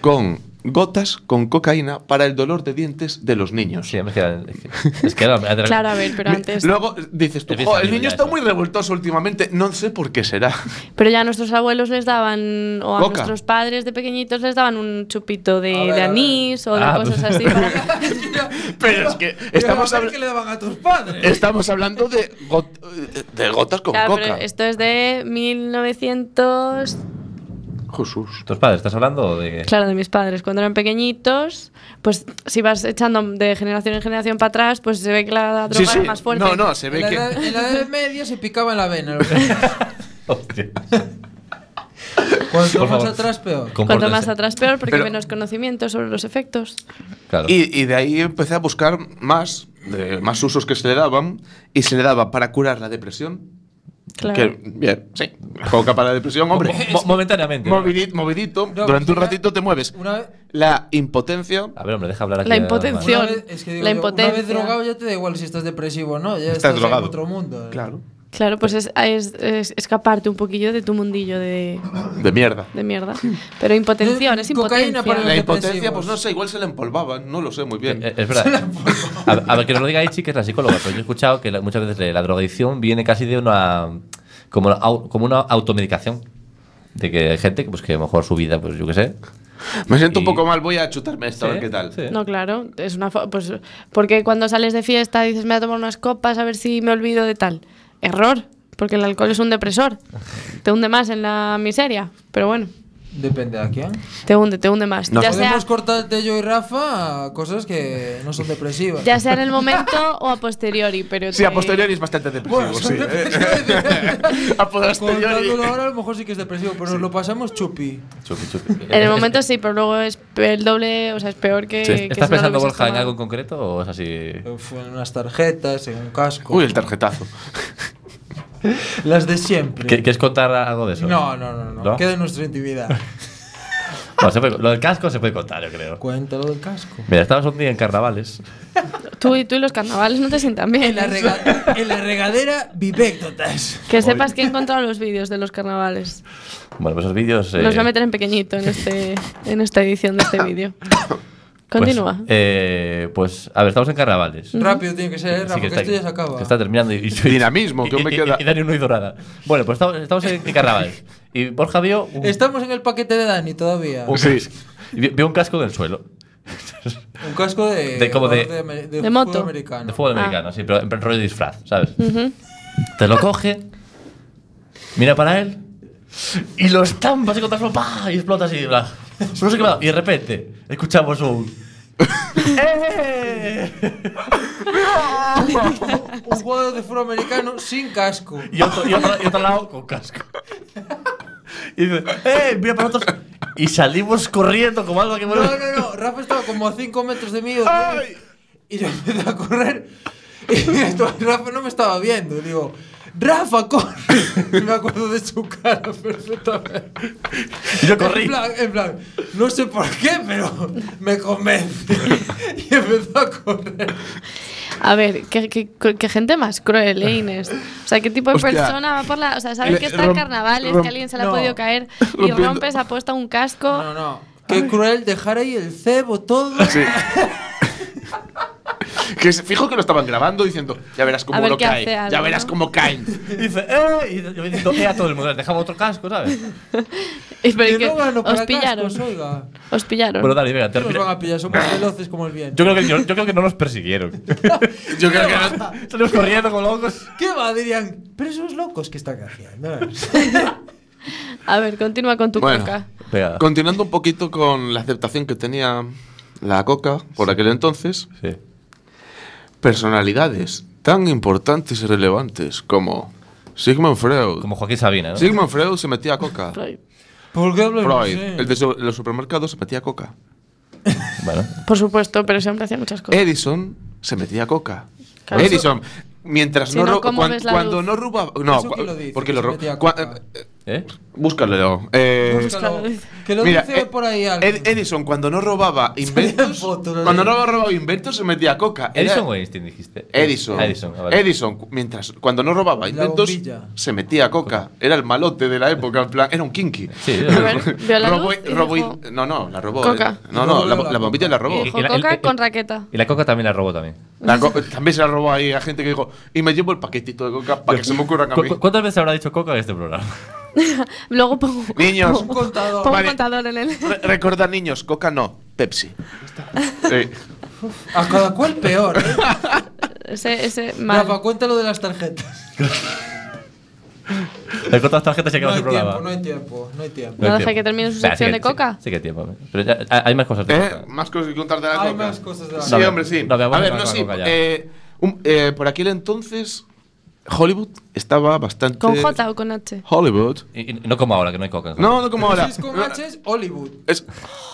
Speaker 4: con gotas con cocaína para el dolor de dientes de los niños.
Speaker 2: Sí, ya me quedan- es que- es que no, me ha tra-
Speaker 5: Claro, a ver, pero
Speaker 4: Mi-
Speaker 5: antes.
Speaker 4: Luego dices tú,
Speaker 2: Empieza
Speaker 4: "Jo,
Speaker 2: a
Speaker 4: el
Speaker 2: vivir
Speaker 4: niño
Speaker 2: ya
Speaker 4: está
Speaker 2: eso".
Speaker 4: muy revoltoso últimamente, no sé por qué será.
Speaker 5: Pero ya a nuestros abuelos les daban, o a
Speaker 4: Coca.
Speaker 5: nuestros padres de pequeñitos les daban un chupito de,
Speaker 3: A ver,
Speaker 5: de
Speaker 3: a ver.
Speaker 5: anís o de
Speaker 2: Ah,
Speaker 5: cosas
Speaker 2: pues-
Speaker 5: así. para que-
Speaker 4: Pero es que estamos,
Speaker 3: a ver
Speaker 4: habla-
Speaker 3: qué le daban a tus padres.
Speaker 4: estamos hablando de, got- de gotas con
Speaker 5: Claro, pero
Speaker 4: coca.
Speaker 5: esto es de 1900.
Speaker 4: Jesús.
Speaker 2: ¿Tus padres estás hablando de.?
Speaker 5: Claro, de mis padres. Cuando eran pequeñitos, pues si vas echando de generación en generación para atrás, pues se ve que la droga
Speaker 4: Sí, sí.
Speaker 5: es más fuerte.
Speaker 4: No, no, se
Speaker 3: En
Speaker 4: ve
Speaker 3: la,
Speaker 4: que.
Speaker 3: edad, en la edad media se picaba en la vena. lo que-
Speaker 2: Hostia.
Speaker 3: Cuanto
Speaker 2: Por
Speaker 3: más
Speaker 2: favor.
Speaker 3: atrás, peor.
Speaker 5: Cuanto
Speaker 2: Compórtense.
Speaker 5: más atrás, peor, porque
Speaker 4: Pero-
Speaker 5: menos conocimiento sobre los efectos.
Speaker 2: Claro.
Speaker 4: Y, y de ahí empecé a buscar más, de más usos que se le daban, y se le daba para curar la depresión.
Speaker 5: Claro.
Speaker 4: Que, bien, sí. Coca para la depresión, hombre.
Speaker 2: Mo- momentáneamente.
Speaker 4: Movidi- movidito,
Speaker 3: No,
Speaker 4: durante un
Speaker 3: mira,
Speaker 4: ratito te mueves.
Speaker 3: Una vez,
Speaker 4: La impotencia.
Speaker 2: A ver, hombre, deja hablar aquí.
Speaker 5: La
Speaker 2: a-
Speaker 5: impotencia.
Speaker 3: una
Speaker 5: Acción,
Speaker 3: vez- es que digo
Speaker 5: la
Speaker 3: yo, Una vez
Speaker 5: impotencia.
Speaker 3: drogado ya te da igual si estás depresivo o no. Ya
Speaker 4: Estás
Speaker 3: estás,
Speaker 4: drogado.
Speaker 3: en otro mundo. ¿eh?
Speaker 4: Claro.
Speaker 5: Claro, pues es, es- es escaparte un poquillo de tu mundillo de,
Speaker 4: De mierda.
Speaker 5: de mierda. Pero impotención, es
Speaker 3: Cocaína
Speaker 5: impotencia.
Speaker 3: para
Speaker 4: La
Speaker 3: Los
Speaker 4: impotencia,
Speaker 3: depresivos.
Speaker 4: pues no sé, igual se la empolvaban, no lo sé muy
Speaker 2: Eh,
Speaker 4: bien.
Speaker 2: eh, Es verdad. A, ver- a ver, que nos lo diga Aichi, que es la psicóloga, pero yo he escuchado que la- muchas veces la drogadicción viene casi de una. como, una au- como una automedicación. De que hay gente que, pues, que a lo mejor su vida, pues yo qué sé.
Speaker 4: Me siento
Speaker 2: Y-
Speaker 4: un poco mal, voy a chutarme esto, a ver
Speaker 2: Sí,
Speaker 4: qué tal.
Speaker 2: sí.
Speaker 5: No, claro, es una fo- pues porque cuando sales de fiesta dices, "Me voy a tomar unas copas a ver si me olvido de tal." Error, porque el alcohol es un depresor. Te hunde más en la miseria, pero bueno,
Speaker 3: Depende de a quién.
Speaker 5: te hunde, te hunde más.
Speaker 4: Nos
Speaker 5: ya sea
Speaker 3: Podemos cortarte yo y Rafa a cosas que no son depresivas.
Speaker 5: ya sea en el momento o a posteriori, pero
Speaker 4: Sí,
Speaker 5: te-
Speaker 4: a posteriori es bastante depresivo,
Speaker 3: Bueno,
Speaker 4: sí.
Speaker 3: son
Speaker 4: ¿eh?
Speaker 3: depresivas.
Speaker 4: a posteriori.
Speaker 3: Contándolo ahora a lo mejor sí que es depresivo, pero nos lo pasamos chupi.
Speaker 2: Chupi, chupi.
Speaker 5: en el momento sí, pero luego es pe- el doble, o sea, es peor que, que si no
Speaker 2: ¿Estás
Speaker 5: lo
Speaker 2: pensando,
Speaker 5: hubieses
Speaker 2: Borja, en
Speaker 5: tomado.
Speaker 2: algo en
Speaker 3: Eh,
Speaker 2: concreto o es así?
Speaker 3: En unas tarjetas, en un casco.
Speaker 4: Uy, el tarjetazo.
Speaker 3: Las de siempre.
Speaker 2: ¿Qué- ¿Quieres contar algo de eso?
Speaker 3: No, no, no, no.
Speaker 2: ¿No?
Speaker 3: Queda en nuestra intimidad.
Speaker 2: Bueno, se puede- lo del casco se puede contar, yo creo.
Speaker 3: Cuéntalo del casco.
Speaker 2: Mira, estabas un día en carnavales.
Speaker 5: Tú y tú y los carnavales no te sientan bien.
Speaker 3: En la, rega- en la regadera, vivéctotas.
Speaker 5: Que sepas que he encontrado los vídeos de los carnavales.
Speaker 2: Bueno, pues los vídeos. eh,
Speaker 5: Los voy a meter en pequeñito en, este, en esta edición de este vídeo. Continúa. Mm.
Speaker 2: Pues, eh, pues, a ver, estamos en carnavales.
Speaker 3: Rápido tiene que ser,
Speaker 2: Sí,
Speaker 3: Eh, Rafa,
Speaker 2: que
Speaker 3: que,
Speaker 2: está-
Speaker 3: esto ya se acaba.
Speaker 2: que está terminando. Y, y-
Speaker 4: Dinamismo, que aún me
Speaker 2: y- y-
Speaker 4: queda.
Speaker 2: Y, Dani no hizo nada. Bueno, pues estamos, estamos en en carnavales. Y Borja vio. Un,
Speaker 3: Estamos en el paquete de Dani todavía.
Speaker 2: un-
Speaker 4: Sí.
Speaker 2: vi- vio un casco en el suelo.
Speaker 3: Un casco de.
Speaker 2: De como de-
Speaker 3: amer- de
Speaker 5: de moto.
Speaker 3: fútbol americano.
Speaker 2: De fútbol
Speaker 5: Ah.
Speaker 2: americano, sí, pero en plan rollo disfraz, ¿sabes? Te lo coge, mira para él y lo estampas y contra su ¡pah! y explota así. bla. No sé qué va. Y de repente escuchamos un. ¡Eh!
Speaker 3: Un jugador de fútbol americano sin casco.
Speaker 2: Y otro, y, otro, y otro lado con casco. Y dice, ¡eh! Mira para nosotros. Y salimos corriendo como algo que
Speaker 3: No, no, no. Rafa estaba como a 5 metros de mí. o diez, Y yo empecé a correr. Y esto- Rafa no me estaba viendo. Digo, Rafa, corre. Y me acuerdo de su cara perfectamente.
Speaker 2: Y yo
Speaker 3: En
Speaker 2: corrí.
Speaker 3: plan, en plan, no sé por qué, pero me convence. Y empezó a correr.
Speaker 5: A ver, ¿qué, qué, qué gente más cruel, eh, Inés? O sea, ¿qué tipo de
Speaker 4: Hostia.
Speaker 5: persona va por la...? O sea, sabes
Speaker 4: Le-
Speaker 5: que está en
Speaker 4: romp-
Speaker 5: carnavales,
Speaker 4: romp-
Speaker 5: que alguien se le ha
Speaker 3: no.
Speaker 5: podido caer y
Speaker 4: Rompiendo-
Speaker 5: rompes apuesta un casco.
Speaker 3: No, no. Qué cruel dejar ahí el cebo todo.
Speaker 4: Sí. que es- fijo que lo estaban grabando diciendo, ya verás
Speaker 5: A
Speaker 4: cómo
Speaker 5: ver
Speaker 4: lo
Speaker 5: qué
Speaker 4: caen.
Speaker 5: hace algo,
Speaker 4: Ya verás
Speaker 5: ¿no?
Speaker 4: cómo caen.
Speaker 2: Y dice, ¡eh! Y yo digo, "Eh", a todo el mundo. Dejamos otro casco, ¿sabes?
Speaker 5: Y, pero
Speaker 3: Que
Speaker 5: es que
Speaker 3: no gano
Speaker 5: os
Speaker 3: para
Speaker 5: pillaron.
Speaker 3: cascos, oiga.
Speaker 5: Os pillaron.
Speaker 2: Bueno, dale, venga,
Speaker 3: No nos
Speaker 2: termina.
Speaker 3: van a pillar, somos veloces como el viento.
Speaker 2: Yo creo que, yo, yo creo que no nos persiguieron.
Speaker 4: Yo creo que no-
Speaker 2: Salimos corriendo con locos.
Speaker 3: ¿Qué va? Dirían, pero esos locos que están haciendo.
Speaker 5: A ver, continúa con tu
Speaker 4: Bueno.
Speaker 5: coca.
Speaker 2: Venga.
Speaker 4: Continuando un poquito con la aceptación que tenía la coca por aquel entonces,
Speaker 2: Sí.
Speaker 4: personalidades tan importantes y relevantes como Sigmund Freud.
Speaker 2: Como Joaquín Sabina, ¿no?
Speaker 4: Sigmund Freud se metía a coca.
Speaker 5: Freud.
Speaker 3: ¿Por qué hablo
Speaker 4: Freud,
Speaker 3: así?
Speaker 4: el de su- los supermercados, se metía a coca.
Speaker 2: Bueno.
Speaker 5: Por supuesto, pero siempre hacía muchas
Speaker 2: Eh,
Speaker 5: cosas.
Speaker 4: Edison se metía a coca.
Speaker 5: Claro.
Speaker 4: Edison, mientras
Speaker 5: Si
Speaker 4: no,
Speaker 5: no,
Speaker 4: roba-
Speaker 5: ¿cómo
Speaker 4: cuan-
Speaker 5: ves la
Speaker 4: cuando
Speaker 5: luz?
Speaker 4: no roba, no,
Speaker 3: ¿Eso quién lo
Speaker 4: cua-
Speaker 3: dice,
Speaker 4: porque
Speaker 3: que
Speaker 4: lo
Speaker 3: se
Speaker 4: roba.
Speaker 3: metía a
Speaker 4: cua-
Speaker 3: coca?
Speaker 4: eh,
Speaker 2: ¿Eh?
Speaker 4: Búscalo. eh,
Speaker 3: Búscalo. Que lo
Speaker 4: Mira, eh,
Speaker 3: dice
Speaker 4: Ed-
Speaker 3: por ahí algo.
Speaker 4: Ed- Edison, cuando no robaba inventos,
Speaker 3: fotos, ¿no?
Speaker 4: cuando no robaba inventos, se metía a coca. Era-
Speaker 2: ¿Edison o Einstein dijiste?
Speaker 4: Edison.
Speaker 2: Edison, ah, vale.
Speaker 4: Edison, cu- mientras, cuando no robaba
Speaker 3: La
Speaker 4: inventos,
Speaker 3: bombilla.
Speaker 4: se metía a coca. Era el malote de la época, en plan, era un kinky.
Speaker 2: Sí,
Speaker 5: A ver, vio la
Speaker 4: Robó-
Speaker 5: luz y
Speaker 4: robó-
Speaker 5: dijo-
Speaker 4: no, no, la robó.
Speaker 5: Coca.
Speaker 4: eh. No, no, la,
Speaker 3: Robó la
Speaker 4: la bombilla la robó.
Speaker 5: Y dijo
Speaker 2: Y la- el-
Speaker 5: coca
Speaker 2: el-
Speaker 5: con raqueta.
Speaker 2: Y la coca también la robó también.
Speaker 4: La co- también se la robó ahí a gente que dijo, y me llevo el paquetito de coca para que se me ocurra a
Speaker 2: ¿Cu-
Speaker 4: mí.
Speaker 2: cu- ¿Cuántas veces habrá dicho coca en este programa?
Speaker 5: Luego pongo,
Speaker 4: Niños,
Speaker 3: Un contador.
Speaker 5: pongo
Speaker 4: vale.
Speaker 5: un contador en él.
Speaker 4: re- recordad niños, coca no, Pepsi. Sí.
Speaker 3: A cada cual peor. ¿eh?
Speaker 5: Ese, ese mal.
Speaker 3: Rafa, cuéntalo de las tarjetas.
Speaker 2: Le corto las tarjetas y
Speaker 3: No
Speaker 2: acabamos
Speaker 3: hay
Speaker 2: el programa.
Speaker 3: tiempo, no hay tiempo, no hay tiempo.
Speaker 5: No
Speaker 2: hay
Speaker 5: deja
Speaker 2: tiempo.
Speaker 5: que termine
Speaker 2: Nah,
Speaker 5: su
Speaker 2: sí
Speaker 5: sección
Speaker 2: que-
Speaker 5: de coca.
Speaker 2: Sí, sí que hay tiempo. hombre. Pero ya- hay hay más cosas de
Speaker 4: Eh,
Speaker 2: coca.
Speaker 4: Más cosas que contar de la
Speaker 3: Hay
Speaker 4: coca.
Speaker 3: más cosas de la
Speaker 4: Sí,
Speaker 3: coca.
Speaker 4: hombre, sí.
Speaker 2: No, veamos
Speaker 4: a ver,
Speaker 2: más
Speaker 4: no,
Speaker 2: la
Speaker 4: sí.
Speaker 2: coca ya.
Speaker 4: eh, un- eh, por aquel entonces, Hollywood estaba bastante.
Speaker 5: ¿Con J o con H?
Speaker 4: Hollywood.
Speaker 2: Y, y no como ahora, que no hay coca.
Speaker 4: No, no como ahora.
Speaker 3: Si es con H es Hollywood.
Speaker 4: Es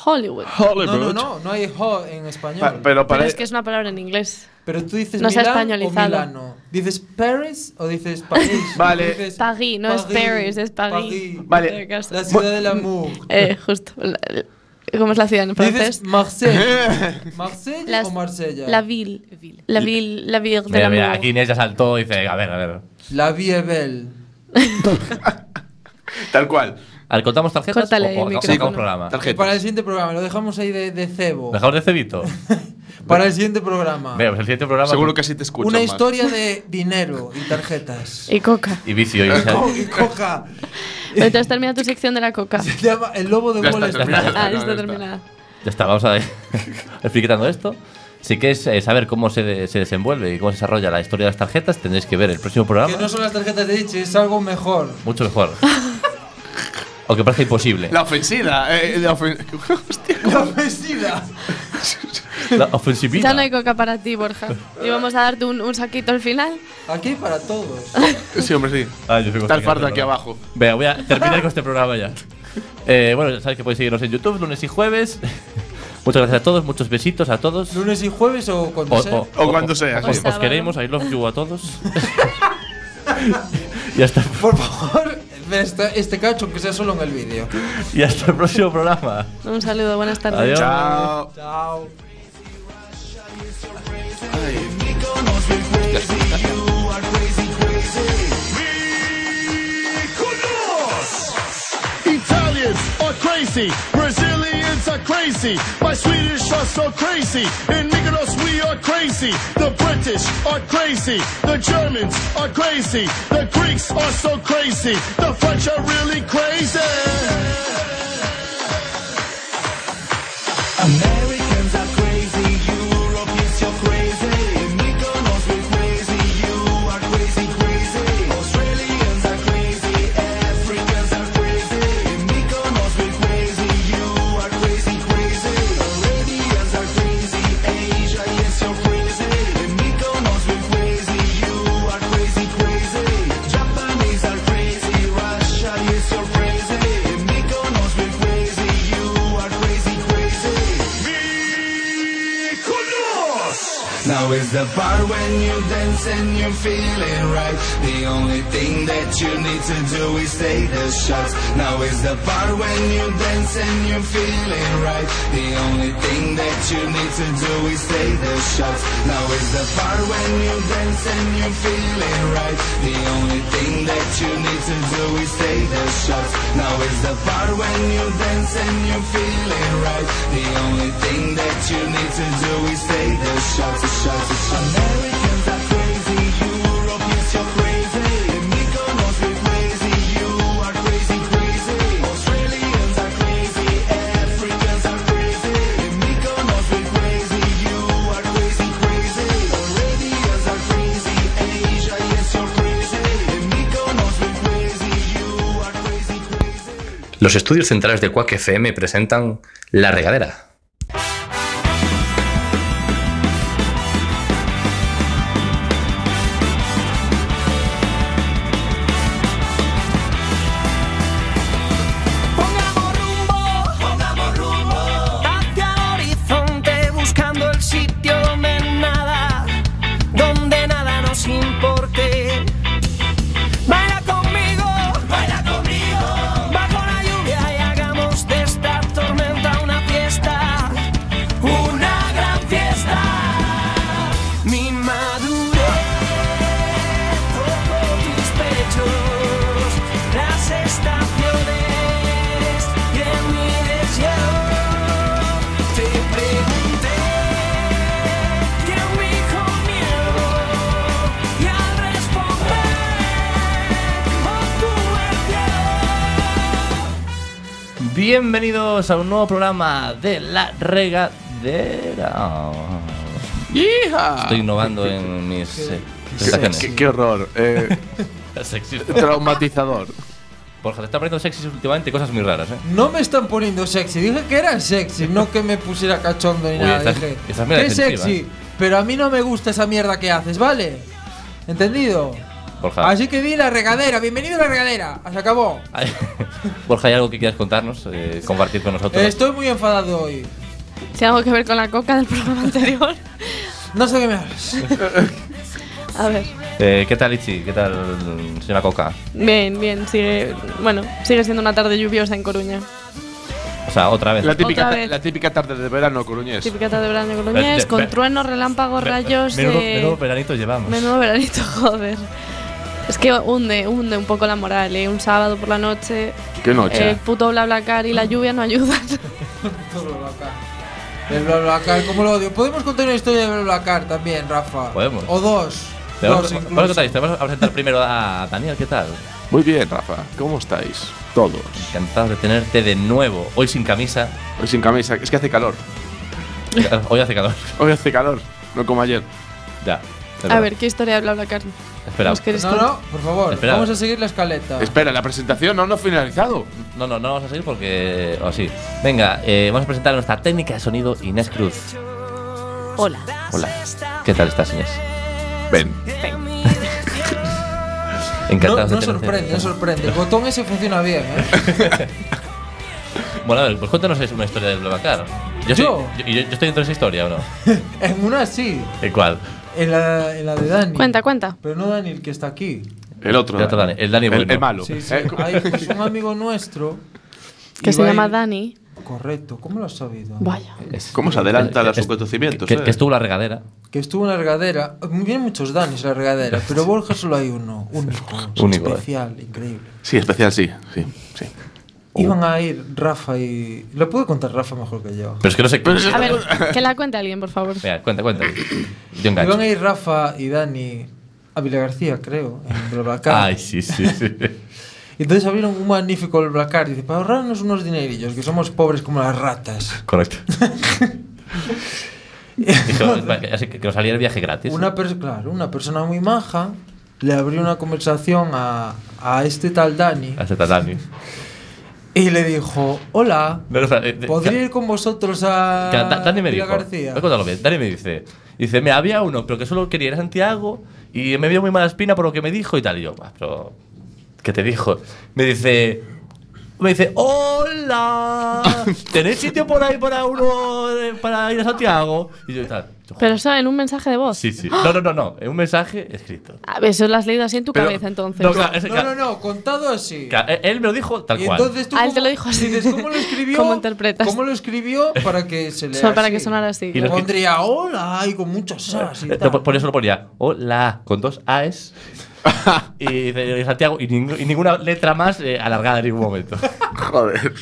Speaker 5: Hollywood.
Speaker 4: Hollywood.
Speaker 3: No, no, no, no hay ho en español.
Speaker 4: Pa- pero para.
Speaker 5: Pero es que es una palabra en inglés.
Speaker 3: Pero tú dices
Speaker 5: No se ha
Speaker 3: Milán o
Speaker 5: españolizado.
Speaker 3: Milano. ¿Dices Paris o dices París?
Speaker 4: Vale.
Speaker 3: Dices
Speaker 5: Paris, no es Paris, es Paris.
Speaker 3: Paris.
Speaker 4: Vale.
Speaker 5: De casa.
Speaker 3: La ciudad del amor.
Speaker 5: Eh, justo. La- la- ¿Cómo es la ciudad en
Speaker 3: Dices
Speaker 5: francés?
Speaker 3: Marsella. ¿Marsella
Speaker 5: Las-
Speaker 3: o Marsella?
Speaker 5: La ville. La ville, la ville de
Speaker 2: Mira,
Speaker 5: la
Speaker 2: mira, aquí Inés ya saltó y dice, a ver, a ver.
Speaker 3: La Vie Belle.
Speaker 4: Tal cual.
Speaker 2: A ver, ¿contamos tarjetas
Speaker 5: Córtale
Speaker 2: o- o,
Speaker 5: el
Speaker 2: aca-
Speaker 5: micrófono.
Speaker 2: acabamos el programa?
Speaker 4: Tarjetas.
Speaker 3: Para el siguiente programa, lo dejamos ahí de, de cebo.
Speaker 2: ¿Dejamos de cebito?
Speaker 3: Para el siguiente programa.
Speaker 2: Venga, pues el siguiente programa...
Speaker 4: Seguro que así te escuchan.
Speaker 3: Una
Speaker 4: más.
Speaker 3: historia de dinero y tarjetas.
Speaker 5: Y coca.
Speaker 2: Y vicio. Y, o sea,
Speaker 3: Co- y coja.
Speaker 5: Entonces termina tu sección de la coca.
Speaker 3: Se llama El Lobo de
Speaker 4: Ya
Speaker 3: Wall
Speaker 4: está
Speaker 3: Street.
Speaker 4: terminado.
Speaker 5: Ah,
Speaker 4: No,
Speaker 5: está
Speaker 4: no
Speaker 5: terminada.
Speaker 2: Ya está, vamos a ver. explicando esto. Si queréis eh, saber cómo se, de- se desenvuelve y cómo se desarrolla la historia de las tarjetas, tendréis que ver el próximo programa.
Speaker 3: Que no son las tarjetas de Ichi, es algo mejor.
Speaker 2: Mucho mejor. Aunque parece imposible.
Speaker 4: La ofensiva. Eh, la ofen- Hostia.
Speaker 3: La ofensiva.
Speaker 2: La ofensividad.
Speaker 5: Ya no hay coca para ti, Borja. Y vamos a darte un, un saquito al final.
Speaker 3: Aquí hay para todos.
Speaker 4: Sí, hombre, sí.
Speaker 2: Ay, Ah, yo soy
Speaker 4: Está el
Speaker 2: consciente,
Speaker 4: fardo aquí
Speaker 2: perdón.
Speaker 4: abajo.
Speaker 2: Venga, voy a terminar con este programa ya. Eh, bueno, ya sabéis que podéis seguirnos en YouTube lunes y jueves. Muchas gracias a todos, muchos besitos a todos.
Speaker 3: Lunes y jueves o cuando
Speaker 2: O-
Speaker 3: sea.
Speaker 4: O cuando sea,
Speaker 2: Os,
Speaker 4: sí.
Speaker 2: os queremos, I love you a todos. Y hasta,
Speaker 3: Por favor, ve este, este cacho que sea solo en el vídeo.
Speaker 2: y hasta el próximo programa.
Speaker 5: Un saludo, buenas tardes.
Speaker 2: Adiós.
Speaker 4: Chao.
Speaker 3: Chao.
Speaker 7: Italians are crazy, Brazilians are crazy, my Swedish are so crazy. In Mykonos we are crazy, the British are crazy, the Germans are crazy, the Greeks are so crazy, the French are really crazy.
Speaker 8: Now is the part when you dance and you feel it right. The only thing that you need to do is take the shots. Now is the part when you dance and you feel it right. The only thing that you need to do is take the shots. Now is the part when you dance and you feel it right. The only thing that you need to do is take the shots. Now is the part when you dance and you feel it right. The only thing that you need to do is take the shots, the shots, the shots. Americans are crazy, Europeans are crazy. Mykonos we're crazy, you are crazy, crazy. Australians are crazy, Africans are crazy. Mykonos we're crazy, you are crazy, crazy. Arabians are crazy, Asia yes you're crazy. Mykonos we're crazy, you are crazy, crazy.
Speaker 9: Los estudios centrales de Quack FM presentan La Regadera.
Speaker 1: Pongamos rumbo, pongamos rumbo hacia el horizonte buscando el sitio donde nada, donde nada nos importe. Baila conmigo, baila conmigo bajo la lluvia y hagamos de esta tormenta una fiesta, una gran fiesta. Mi madurez tocó tus pechos, las estaciones y en mi deseo te pregunté quién me con miedo y al responder obtuve el cielo.
Speaker 2: Bienvenidos a un nuevo programa de La Regadera. Estoy innovando en mis eh,
Speaker 4: Qué,
Speaker 2: presentaciones.
Speaker 4: qué- qué horror. eh,
Speaker 2: Sexy.
Speaker 4: traumatizador.
Speaker 2: Borja, te está poniendo sexy últimamente cosas muy raras, ¿eh?
Speaker 3: No me están poniendo sexy. Dije que eran sexy, no que me pusiera cachondo ni
Speaker 2: Uy,
Speaker 3: nada.
Speaker 2: estás-
Speaker 3: Dije,
Speaker 2: estás mera
Speaker 3: "Qué
Speaker 2: defensiva,
Speaker 3: sexy,
Speaker 2: eh.
Speaker 3: pero a mí no me gusta esa mierda que haces, ¿vale? ¿Entendido?
Speaker 4: Ah,
Speaker 2: Borja.
Speaker 3: Así que di la regadera, bienvenido a la regadera. Ah, Se acabó.
Speaker 2: Ay, Borja, ¿hay algo que quieras contarnos? eh, compartir con nosotros.
Speaker 3: Estoy muy enfadado hoy.
Speaker 5: Si algo que ver con la coca del programa anterior.
Speaker 3: No sé qué me hablas.
Speaker 5: A ver.
Speaker 2: Eh, ¿Qué tal, Ichi? ¿Qué tal, señora Coca?
Speaker 5: Bien, bien, sigue. Bueno, sigue siendo una tarde lluviosa en Coruña.
Speaker 2: O sea, otra vez.
Speaker 4: La típica,
Speaker 5: Otra
Speaker 4: ta-
Speaker 5: vez.
Speaker 4: la típica tarde de verano, coruñés.
Speaker 5: Típica tarde de verano en Coruña es con
Speaker 2: Ve- ve-
Speaker 5: truenos, relámpagos, rayos.
Speaker 2: menudo,
Speaker 5: eh,
Speaker 2: menudo veranito llevamos.
Speaker 5: menudo veranito, joder. Es que hunde, hunde un poco la moral, ¿eh? Un sábado por la noche,
Speaker 4: Qué
Speaker 2: Pues
Speaker 4: noche.
Speaker 5: el puto BlaBlaCar y la lluvia no ayudan.
Speaker 3: El BlaBlaCar, como lo odio. Podemos contar una historia de BlaBlaCar también, Rafa.
Speaker 2: Podemos.
Speaker 3: O dos.
Speaker 2: Te
Speaker 3: Dos
Speaker 2: Vamos, vamos a
Speaker 3: incluso.
Speaker 2: contar esto, vamos a presentar primero a Daniel, ¿qué tal?
Speaker 4: Muy bien, Rafa. ¿Cómo estáis? Todos.
Speaker 2: Encantado de tenerte de nuevo, hoy sin camisa,
Speaker 4: Hoy sin camisa. Es que hace calor.
Speaker 2: hoy hace calor.
Speaker 4: Hoy hace calor. No como ayer.
Speaker 2: Ya. es
Speaker 5: A
Speaker 2: verdad.
Speaker 5: ver, ¿qué historia de BlaBlaCar?
Speaker 2: Espera.
Speaker 5: ¿Os queréis
Speaker 3: No,
Speaker 5: contar?
Speaker 3: no, por favor.
Speaker 2: Espera.
Speaker 3: Vamos a seguir la escaleta.
Speaker 4: Espera, la presentación no no ha finalizado.
Speaker 2: No, no, no vamos a seguir porque. O sí. Venga, eh, vamos a presentar a nuestra técnica de sonido, Inés Cruz.
Speaker 6: Hola.
Speaker 2: Hola. ¿Qué tal estás, Inés?
Speaker 4: Ven.
Speaker 3: No,
Speaker 2: Encantado de
Speaker 3: no
Speaker 2: tenerte.
Speaker 3: sorprende, no sorprende. El botón ese funciona bien, ¿eh?
Speaker 2: Bueno, a ver, pues cuéntanos una historia del Blavacar. Yo,
Speaker 3: ¿Yo?
Speaker 2: soy- yo, yo estoy dentro de esa historia, ¿o no?
Speaker 3: En una sí,
Speaker 2: ¿Y cuál?
Speaker 3: en la, en la de Dani.
Speaker 5: Cuenta, cuenta.
Speaker 3: Pero no Dani el que está aquí.
Speaker 4: El otro.
Speaker 2: El otro Dani, el Dani
Speaker 4: El,
Speaker 2: bueno.
Speaker 4: malo.
Speaker 3: Sí, sí.
Speaker 4: Eh, co-
Speaker 3: Hay pues, un amigo nuestro.
Speaker 5: Que se
Speaker 3: Ibai-
Speaker 5: llama Dani.
Speaker 3: Correcto, ¿cómo lo has sabido?
Speaker 5: Vaya.
Speaker 2: Es-
Speaker 4: ¿Cómo se adelanta a los
Speaker 2: es-
Speaker 4: acontecimientos?
Speaker 2: Que,
Speaker 4: eh?
Speaker 2: que estuvo la regadera.
Speaker 3: Que estuvo en la regadera. Vienen muchos Danis en la regadera, pero Borja solo hay uno, único,
Speaker 2: Único, eh.
Speaker 3: especial, increíble.
Speaker 4: Sí, especial, sí. sí, sí.
Speaker 2: Uh.
Speaker 3: Iban a ir Rafa y. Lo puede contar Rafa mejor que yo.
Speaker 2: Pero es que no sé.
Speaker 5: A ver, que la cuente alguien, por favor.
Speaker 2: Venga, cuenta, cuenta. Yo engancho.
Speaker 3: Iban a ir Rafa y Dani a Villa García, creo, en Blablacar.
Speaker 2: Ay, sí, sí, sí.
Speaker 3: Y entonces abrieron un magnífico Blablacar y dice, para ahorrarnos unos dinerillos, que somos pobres como las ratas.
Speaker 2: Correcto. Dijo, así que, que nos saliera el viaje gratis.
Speaker 3: Una pers- claro, una persona muy maja le abrió una conversación a, a este tal Dani
Speaker 2: Hasta Tatami.
Speaker 3: y le dijo, hola,
Speaker 2: No, no, espera, eh, eh,
Speaker 3: ¿podría ir con vosotros a
Speaker 2: que Da- Dani me
Speaker 3: Villa
Speaker 2: dijo.
Speaker 3: García?
Speaker 2: voy a contarlo bien. Dani me dice. Dice, me había uno, pero que solo quería ir a Santiago y me dio muy mala espina por lo que me dijo y tal. Y yo, "Ah, pero. ¿Qué te dijo? Me dice. Me dice, hola, ¿tenéis sitio por ahí para uno eh, para ir a Santiago? Y yo, y tal. Yo,
Speaker 5: Pero eso en un mensaje de voz.
Speaker 2: Sí, sí. No, no, no, no. Es un mensaje escrito.
Speaker 5: A ver, eso lo has leído así en tu
Speaker 2: Pero-
Speaker 5: cabeza entonces.
Speaker 2: No, claro, es que-
Speaker 3: No, no, no, contado así.
Speaker 2: claro, e, él- Él me lo dijo tal
Speaker 3: Y
Speaker 2: cual.
Speaker 3: entonces tú
Speaker 5: Ah, él
Speaker 3: cómo-
Speaker 5: te lo dijo así.
Speaker 3: dices, ¿cómo lo escribió?
Speaker 5: ¿Cómo interpretas?
Speaker 3: ¿Cómo lo escribió para que se lea
Speaker 5: Solo para
Speaker 3: así?
Speaker 5: que sonara así.
Speaker 2: Y lo-
Speaker 5: claro.
Speaker 3: Pondría hola y con muchas as y
Speaker 2: Eh,
Speaker 3: tal.
Speaker 2: no, por eso lo ponía hola con dos A's y, dice, Santiago y, ning- y ninguna letra más eh, alargada en ningún momento.
Speaker 4: Joder.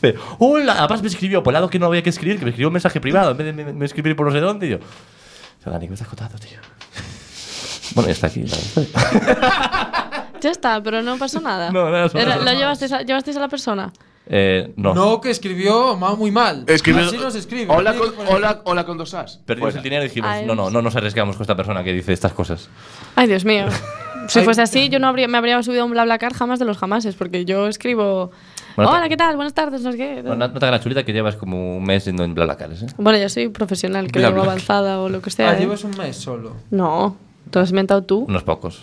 Speaker 2: Dice, hola, además me escribió por el lado que no había que escribir, que me escribió un mensaje privado en vez de me, me escribir por no sé dónde. Y yo, "Tío, Dani, ¿qué me estás contando, tío? Bueno, ya está aquí. la verdad.
Speaker 5: Ya está, pero no pasó nada.
Speaker 2: No, no pasó
Speaker 5: Era-
Speaker 2: nada.
Speaker 5: ¿Lo llevasteis a, llevasteis a la persona?
Speaker 2: Eh, no.
Speaker 3: No, que escribió ma- muy mal.
Speaker 4: Escribe-
Speaker 3: Así nos escribe.
Speaker 4: Hola
Speaker 3: Tiene
Speaker 4: con,
Speaker 3: que poner-
Speaker 4: hola, hola con dos as.
Speaker 2: Perdimos
Speaker 4: Fuera.
Speaker 2: el dinero y dijimos,
Speaker 5: Ay,
Speaker 2: no, no, no nos arriesgamos con esta persona que dice estas cosas.
Speaker 5: Ay, Dios mío. Si
Speaker 3: Ay.
Speaker 5: fuese así, yo no habría, me habría subido a un BlaBlaCar jamás de los jamases, porque yo escribo.
Speaker 2: Bueno, te-
Speaker 5: Hola, ¿qué tal? Buenas tardes, no sé qué.
Speaker 2: No, no te hagas la chulita que llevas como un mes yendo en Blablacar, ¿eh?
Speaker 5: Bueno, yo soy profesional, creo,
Speaker 4: Blablacar.
Speaker 5: avanzada o lo que sea.
Speaker 3: Ah,
Speaker 5: ¿eh?
Speaker 3: llevas un mes solo.
Speaker 5: No, te lo has inventado tú.
Speaker 2: Unos pocos.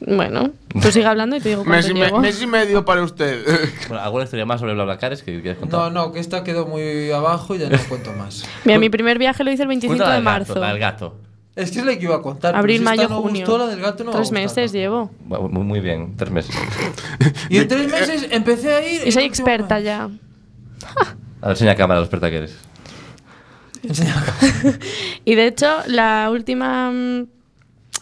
Speaker 5: Bueno, tú sigue hablando y te digo cuánto
Speaker 4: Mes y, me-
Speaker 5: llevo.
Speaker 4: mes y medio para usted.
Speaker 2: Bueno, ¿Alguna historia más sobre Blablacares que quieres contar?
Speaker 3: No, no, que esta quedó muy abajo y ya no cuento más.
Speaker 5: Mira, mi primer viaje lo hice el 25
Speaker 2: Cuenta la
Speaker 5: de
Speaker 2: del
Speaker 5: marzo.
Speaker 2: Gato, la del gato.
Speaker 3: Es que es la que iba a contar. pero
Speaker 5: Abril,
Speaker 3: si esta
Speaker 5: mayo,
Speaker 3: no
Speaker 5: junio.
Speaker 3: Gustó, la del gato no va a
Speaker 5: Tres
Speaker 3: gustar,
Speaker 5: meses
Speaker 3: ¿no?
Speaker 5: llevo.
Speaker 2: Bueno, Muy, muy bien, tres meses.
Speaker 3: Y en tres meses empecé a ir.
Speaker 5: Y soy
Speaker 3: el último
Speaker 5: experta
Speaker 3: mes.
Speaker 5: ya.
Speaker 2: A ver, enseña a cámara los pertaqueres.
Speaker 5: Y de hecho, la última. mm,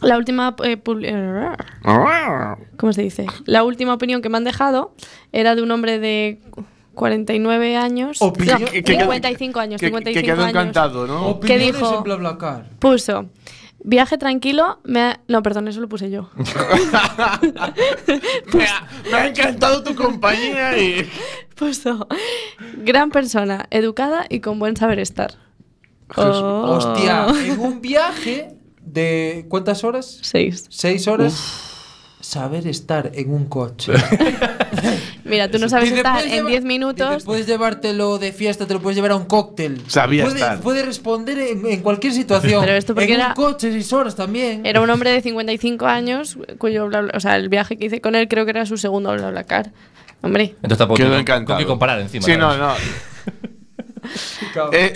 Speaker 5: La última. eh, pul- eh, ¿Cómo se dice? La última opinión que me han dejado era de un hombre de 49 años.
Speaker 3: Opinión-
Speaker 5: No,
Speaker 4: Que- que-
Speaker 5: 55 años.
Speaker 4: que-
Speaker 5: 55
Speaker 4: que quedó
Speaker 5: años. Oh,
Speaker 4: encantado, ¿no?
Speaker 3: Opiniones
Speaker 5: dijo?
Speaker 3: en BlaBlaCar.
Speaker 5: Puso. Viaje tranquilo, me ha- No, perdón, eso lo puse yo.
Speaker 4: me, ha,
Speaker 5: pues,
Speaker 4: me ha encantado tu compañía y.
Speaker 5: Puso. Gran persona, educada y con buen saber estar. Oh.
Speaker 3: Hostia, en un viaje de. ¿Cuántas horas?
Speaker 5: Seis.
Speaker 3: Seis horas. Saber estar en un coche.
Speaker 5: Mira, tú no sabes
Speaker 3: Y te
Speaker 5: estar
Speaker 3: puedes
Speaker 5: en
Speaker 3: llevar-
Speaker 5: 10
Speaker 3: y
Speaker 5: minutos.
Speaker 3: te Puedes llevártelo de fiesta, te lo puedes llevar a un cóctel.
Speaker 4: Sabía
Speaker 3: puede,
Speaker 4: estar.
Speaker 3: Puede responder en, en cualquier situación.
Speaker 5: Pero esto porque
Speaker 3: en un
Speaker 5: era-
Speaker 3: coche, seis horas también.
Speaker 5: Era un hombre de 55 años, cuyo, bla- bla- o sea, el viaje que hice con él creo que era su segundo BlaBlaCar. Hombre,
Speaker 2: Entonces tampoco
Speaker 4: Quedó
Speaker 2: tengo-
Speaker 4: encantado.
Speaker 2: tengo que comparar encima.
Speaker 4: Sí, no,
Speaker 2: ¿sabes?
Speaker 4: no. Eh,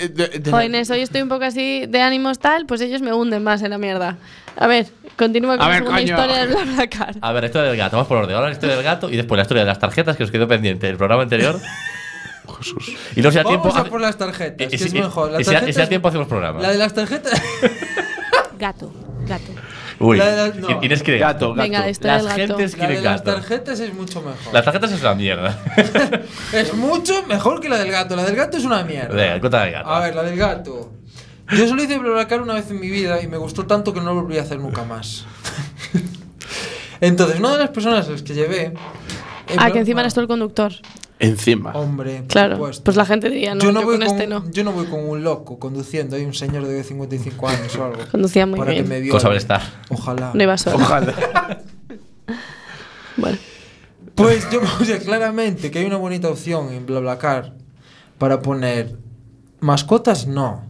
Speaker 4: eh, de- de-
Speaker 5: jóvenes, hoy estoy un poco así de ánimos tal, pues ellos me hunden más en la mierda. A ver, continúa con
Speaker 4: A
Speaker 5: la
Speaker 4: ver,
Speaker 5: segunda
Speaker 4: coño. Ah.
Speaker 5: historia del BlaBlaCar.
Speaker 2: A ver, la historia del gato, vamos por orden. Ahora la historia del gato y después la historia de las tarjetas que os quedó pendiente del programa anterior. Jesús. Y no sea
Speaker 3: Vamos
Speaker 2: tiempo.
Speaker 3: a
Speaker 2: hace-
Speaker 3: por las tarjetas,
Speaker 2: y-
Speaker 3: que
Speaker 2: y
Speaker 3: es
Speaker 2: si-
Speaker 3: mejor.
Speaker 2: y
Speaker 3: Las
Speaker 2: si da- y si da
Speaker 3: tarjetas-
Speaker 2: tiempo hacemos programa.
Speaker 3: La de las tarjetas.
Speaker 6: Gato, gato.
Speaker 2: Uy,
Speaker 3: la de las- no.
Speaker 2: Inés quiere
Speaker 4: Gato, gato.
Speaker 5: Venga, la historia
Speaker 2: Las
Speaker 5: del gato.
Speaker 2: gentes
Speaker 3: la de
Speaker 2: quieren
Speaker 3: las
Speaker 2: gato.
Speaker 3: tarjetas es mucho mejor.
Speaker 2: Las tarjetas es una mierda.
Speaker 3: Es mucho mejor que la del gato. La del gato es una mierda.
Speaker 2: Venga, cuenta la del gato.
Speaker 3: A ver, la del gato. Yo solo hice BlaBlaCar una vez en mi vida y me gustó tanto que no lo volví a hacer nunca más. Entonces, una de las personas a las que llevé. en
Speaker 5: Ah,
Speaker 3: Bla-
Speaker 5: que encima
Speaker 3: ah,
Speaker 5: eres tú el conductor.
Speaker 4: Encima.
Speaker 3: Hombre, por
Speaker 5: Claro.
Speaker 3: supuesto.
Speaker 5: Pues la gente diría, no,
Speaker 3: yo, no
Speaker 5: yo
Speaker 3: voy
Speaker 5: con
Speaker 3: con,
Speaker 5: este no.
Speaker 3: yo no voy con un loco conduciendo, hay un señor de 55 años o algo.
Speaker 5: Conducía muy
Speaker 3: para
Speaker 5: bien.
Speaker 3: Que me
Speaker 2: Con
Speaker 3: viole.
Speaker 2: saber estar.
Speaker 3: Ojalá.
Speaker 5: No iba solo.
Speaker 4: Ojalá.
Speaker 5: Bueno,
Speaker 3: Pues yo puse claramente que hay una bonita opción en BlaBlaCar para poner mascotas, no.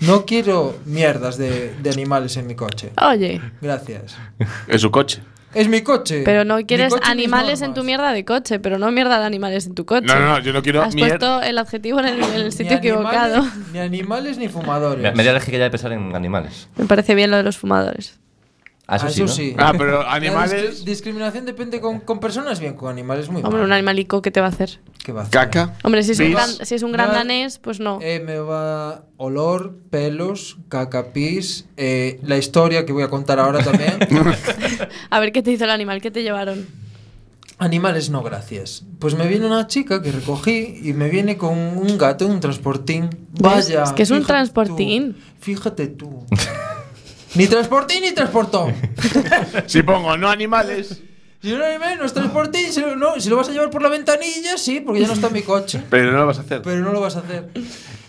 Speaker 3: No quiero mierdas de, de animales en mi coche.
Speaker 5: oye,
Speaker 3: Gracias.
Speaker 4: En su coche.
Speaker 3: Es mi coche.
Speaker 5: pero no
Speaker 3: Mi
Speaker 5: quieres
Speaker 3: coche y mis
Speaker 5: animales en tu
Speaker 3: normas.
Speaker 5: mierda de coche, pero no mierda de animales en tu coche.
Speaker 4: No, no, no, yo no quiero
Speaker 5: Has
Speaker 4: mier-
Speaker 5: puesto el adjetivo en el, en el
Speaker 3: Ni
Speaker 5: sitio equivocado.
Speaker 3: animales- ni animales ni
Speaker 2: Me,
Speaker 3: fumadores.
Speaker 2: me dio alergia ya de pensar en animales.
Speaker 5: Me parece bien lo de los fumadores.
Speaker 2: Ah, eso,
Speaker 3: Ah,
Speaker 2: sí, ¿no?
Speaker 4: Ah, pero
Speaker 3: La dis-
Speaker 4: animales.
Speaker 3: discriminación depende con, con personas bien, con animales muy
Speaker 5: Hombre,
Speaker 3: mal.
Speaker 5: un animalico, ¿qué te va a hacer?
Speaker 3: ¿Qué va a hacer?
Speaker 4: Caca.
Speaker 5: Hombre, si es un
Speaker 4: Pis.
Speaker 5: gran, si es un gran
Speaker 3: No.
Speaker 5: danés, pues no.
Speaker 3: Eh, me va olor, pelos, caca pis, eh, la historia que voy a contar ahora también.
Speaker 5: A ver qué te hizo el animal, qué te llevaron.
Speaker 3: Animales no gracias. Pues me viene una chica que recogí y me viene con un gato, un transportín. Vaya.
Speaker 5: Es que es un
Speaker 3: fíjate
Speaker 5: transportín.
Speaker 3: tú, fíjate tú. ni transportín ni transportón.
Speaker 4: Si pongo no animales.
Speaker 3: Si no hay menos transportín, si lo, no, si lo vas a llevar por la ventanilla, sí, porque ya no está en mi coche.
Speaker 4: Pero no lo vas a
Speaker 5: Pues,
Speaker 4: hacer.
Speaker 3: Pero no lo vas a hacer.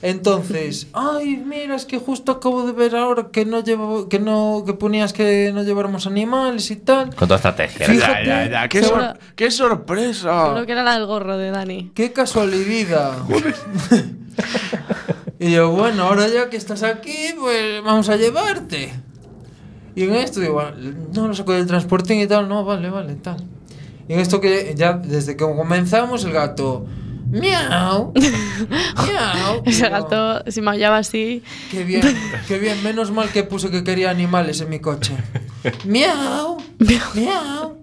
Speaker 3: Entonces, ay, mira, es que justo acabo de ver ahora que no llevo, que no, que ponías que no lleváramos animales y tal.
Speaker 2: Con toda estrategia.
Speaker 3: Fíjate.
Speaker 4: Ya, ya, qué,
Speaker 5: Seguro-
Speaker 4: sor- qué sorpresa.
Speaker 3: Ah.
Speaker 5: Creo que era la del gorro de Dani.
Speaker 3: ¡Qué casualidad! y yo, bueno, ahora ya que estás aquí, pues vamos a llevarte. Y en esto digo, "Bueno, no lo saco del transportín y tal, no, vale, vale, tal. Y en esto que ya desde que comenzamos el gato, miau, miau. Y
Speaker 5: Ese
Speaker 3: yo,
Speaker 5: gato, si maullaba así.
Speaker 3: Qué bien, qué bien, menos mal que puse que quería animales en mi coche. Miau, miau.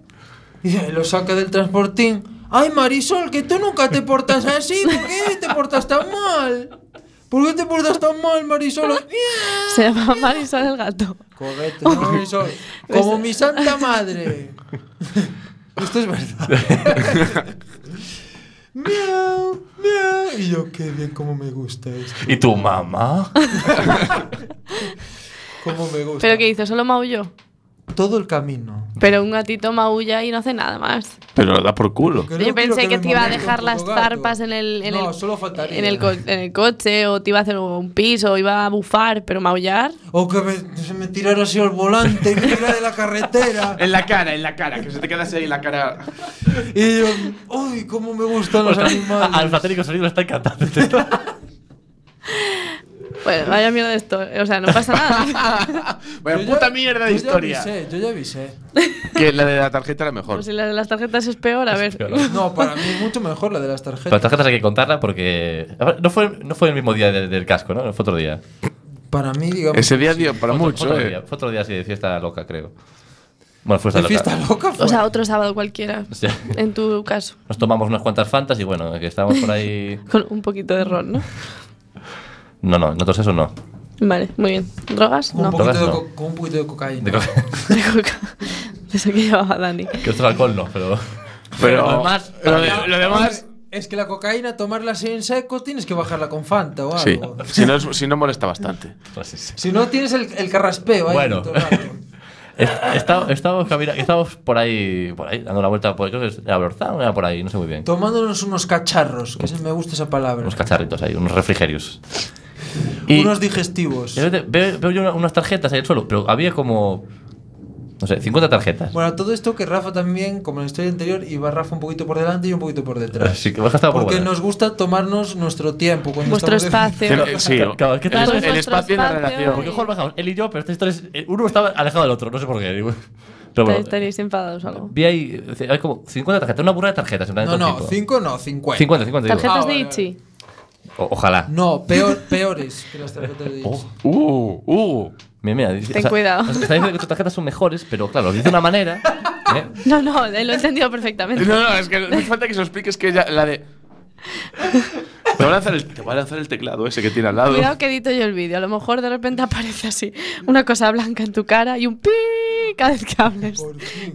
Speaker 3: Y ya lo saca del transportín. Ay, Marisol, que tú nunca te portas así. ¿Por qué te portas tan mal? ¿Por qué te portas tan mal, Marisol? Miau.
Speaker 5: Se llamaba Marisol el gato.
Speaker 3: Correcto, ¿no, Marisol. Como mi santa madre. Esto es verdad. miau, miau. Y yo, qué bien, cómo me gusta esto.
Speaker 2: ¿Y tu mamá?
Speaker 3: Cómo me gusta.
Speaker 5: ¿Pero qué hizo? Solo maulló.
Speaker 3: Todo el camino.
Speaker 5: Pero un gatito maulla y no hace nada más.
Speaker 4: Pero lo da por culo.
Speaker 3: Que no
Speaker 5: Yo
Speaker 3: quiero
Speaker 5: pensé que
Speaker 3: me
Speaker 5: te iba a
Speaker 3: moleste
Speaker 5: dejar
Speaker 3: un
Speaker 5: las
Speaker 3: puto gato.
Speaker 5: zarpas en el, en
Speaker 3: no,
Speaker 5: el,
Speaker 3: solo faltaría.
Speaker 5: en el co- en el coche o te iba a hacer un piso o iba a bufar, pero maullar.
Speaker 3: O que me, se me tirara así al volante, me tirara de la carretera.
Speaker 4: En la cara, en la cara, que se te quedase ahí la cara.
Speaker 3: Y yo, uy, cómo me gustan los
Speaker 2: O sea, Al
Speaker 3: animales.
Speaker 2: platónico sonido lo está encantando. Te está-
Speaker 5: Bueno, pues, vaya mierda esto. O sea, no pasa nada.
Speaker 4: Bueno,
Speaker 3: Yo ya-
Speaker 4: puta mierda de
Speaker 3: yo
Speaker 4: historia.
Speaker 3: Ya avisé, yo ya avisé.
Speaker 4: Que la de la tarjeta era mejor.
Speaker 5: Pues si la de las tarjetas es peor, a ver.
Speaker 2: peor.
Speaker 3: No, para mí es mucho mejor la de las tarjetas.
Speaker 2: Las tarjetas hay que contarla porque. A ver, No fue, no fue el mismo día del, del casco, ¿no? Fue otro día.
Speaker 3: Para mí, digamos.
Speaker 4: Ese día dio para
Speaker 2: Fue otro- fue
Speaker 4: mucho,
Speaker 2: otro
Speaker 4: eh.
Speaker 2: día, fue otro día así de fiesta loca, creo. Bueno, fue
Speaker 3: de
Speaker 2: loca.
Speaker 3: fiesta loca fue.
Speaker 5: O sea, otro sábado cualquiera.
Speaker 2: O sea,
Speaker 5: En tu caso.
Speaker 2: nos tomamos unas cuantas fantas y bueno, que estábamos por ahí.
Speaker 5: Con un poquito de ron, ¿no?
Speaker 2: No, no, nosotros eso no.
Speaker 5: Vale, muy bien. ¿Drogas?
Speaker 3: con, un
Speaker 5: No.
Speaker 3: poquito de
Speaker 2: no.
Speaker 3: co- con un poquito de
Speaker 2: De
Speaker 3: cocaína.
Speaker 2: co-
Speaker 5: De coca. De eso que llevaba Dani.
Speaker 2: que esto es alcohol no, pero.
Speaker 4: Pero
Speaker 2: lo demás-
Speaker 4: lo de- lo demás.
Speaker 3: Es que la cocaína, tomarla así en seco, tienes que bajarla con Fanta o
Speaker 4: Sí,
Speaker 3: algo.
Speaker 4: si no, es- si no molesta bastante.
Speaker 2: Pues sí.
Speaker 3: Si no, tienes el, el carraspeo ahí.
Speaker 2: Bueno.
Speaker 3: todo el rato.
Speaker 2: Est- está- Estábamos, camina- estábamos por ahí, por ahí, dando una vuelta por creo que era Orzán o era por ahí, no sé muy bien.
Speaker 3: Tomándonos unos cacharros, que se me gusta esa palabra.
Speaker 2: Unos cacharritos ahí, unos refrigerios. Y
Speaker 3: Unos digestivos.
Speaker 2: de repente veo, veo yo una- unas tarjetas ahí en el suelo, pero había como, no sé, 50 tarjetas.
Speaker 3: Bueno, todo esto que Rafa también, como en la historia anterior, iba Rafa un poquito por delante y un poquito por detrás.
Speaker 2: Así que baja estaba por
Speaker 3: Porque
Speaker 2: buena.
Speaker 3: nos gusta tomarnos nuestro tiempo. Cuando
Speaker 5: Vuestro
Speaker 3: estamos de-
Speaker 5: espacio.
Speaker 4: Eh, Sí,
Speaker 2: Claro, claro, es que
Speaker 4: el,
Speaker 2: tal
Speaker 4: el
Speaker 5: vez
Speaker 4: espacio y la
Speaker 5: nuestro espacio.
Speaker 4: relación.
Speaker 2: Porque ojo, bajamos, él y yo, pero estos tres, eh, uno estaba alejado del otro, no sé por qué. digo. Pero bueno,
Speaker 5: Estaréis enfadados o algo.
Speaker 2: vi ahí, eh, hay como 50 tarjetas, una burra de tarjetas. En plan, de
Speaker 3: No,
Speaker 2: todo
Speaker 3: no,
Speaker 2: tipo.
Speaker 3: 5 no, 50.
Speaker 2: 50, 50. digo.
Speaker 5: Tarjetas
Speaker 3: Ah,
Speaker 5: de
Speaker 3: vale,
Speaker 5: Ichi.
Speaker 2: O- ojalá.
Speaker 3: No, peor, peores que las tarjetas de
Speaker 2: Oh.
Speaker 4: Uh, uh.
Speaker 2: Mira, mira, dice-
Speaker 5: Ten cuidado.
Speaker 2: Está diciendo que tus tarjetas son mejores, pero claro, lo dice de una manera. ¿eh?
Speaker 5: No, no, lo he entendido perfectamente.
Speaker 4: No, no, es que no hace falta que se lo expliques que ya, la de. Te va, a lanzar el, te va a lanzar el teclado ese que tiene al lado.
Speaker 5: Cuidado que edito yo el vídeo. A lo mejor de repente aparece así una cosa blanca en tu cara y un pi cada vez que hables.
Speaker 3: Por fin,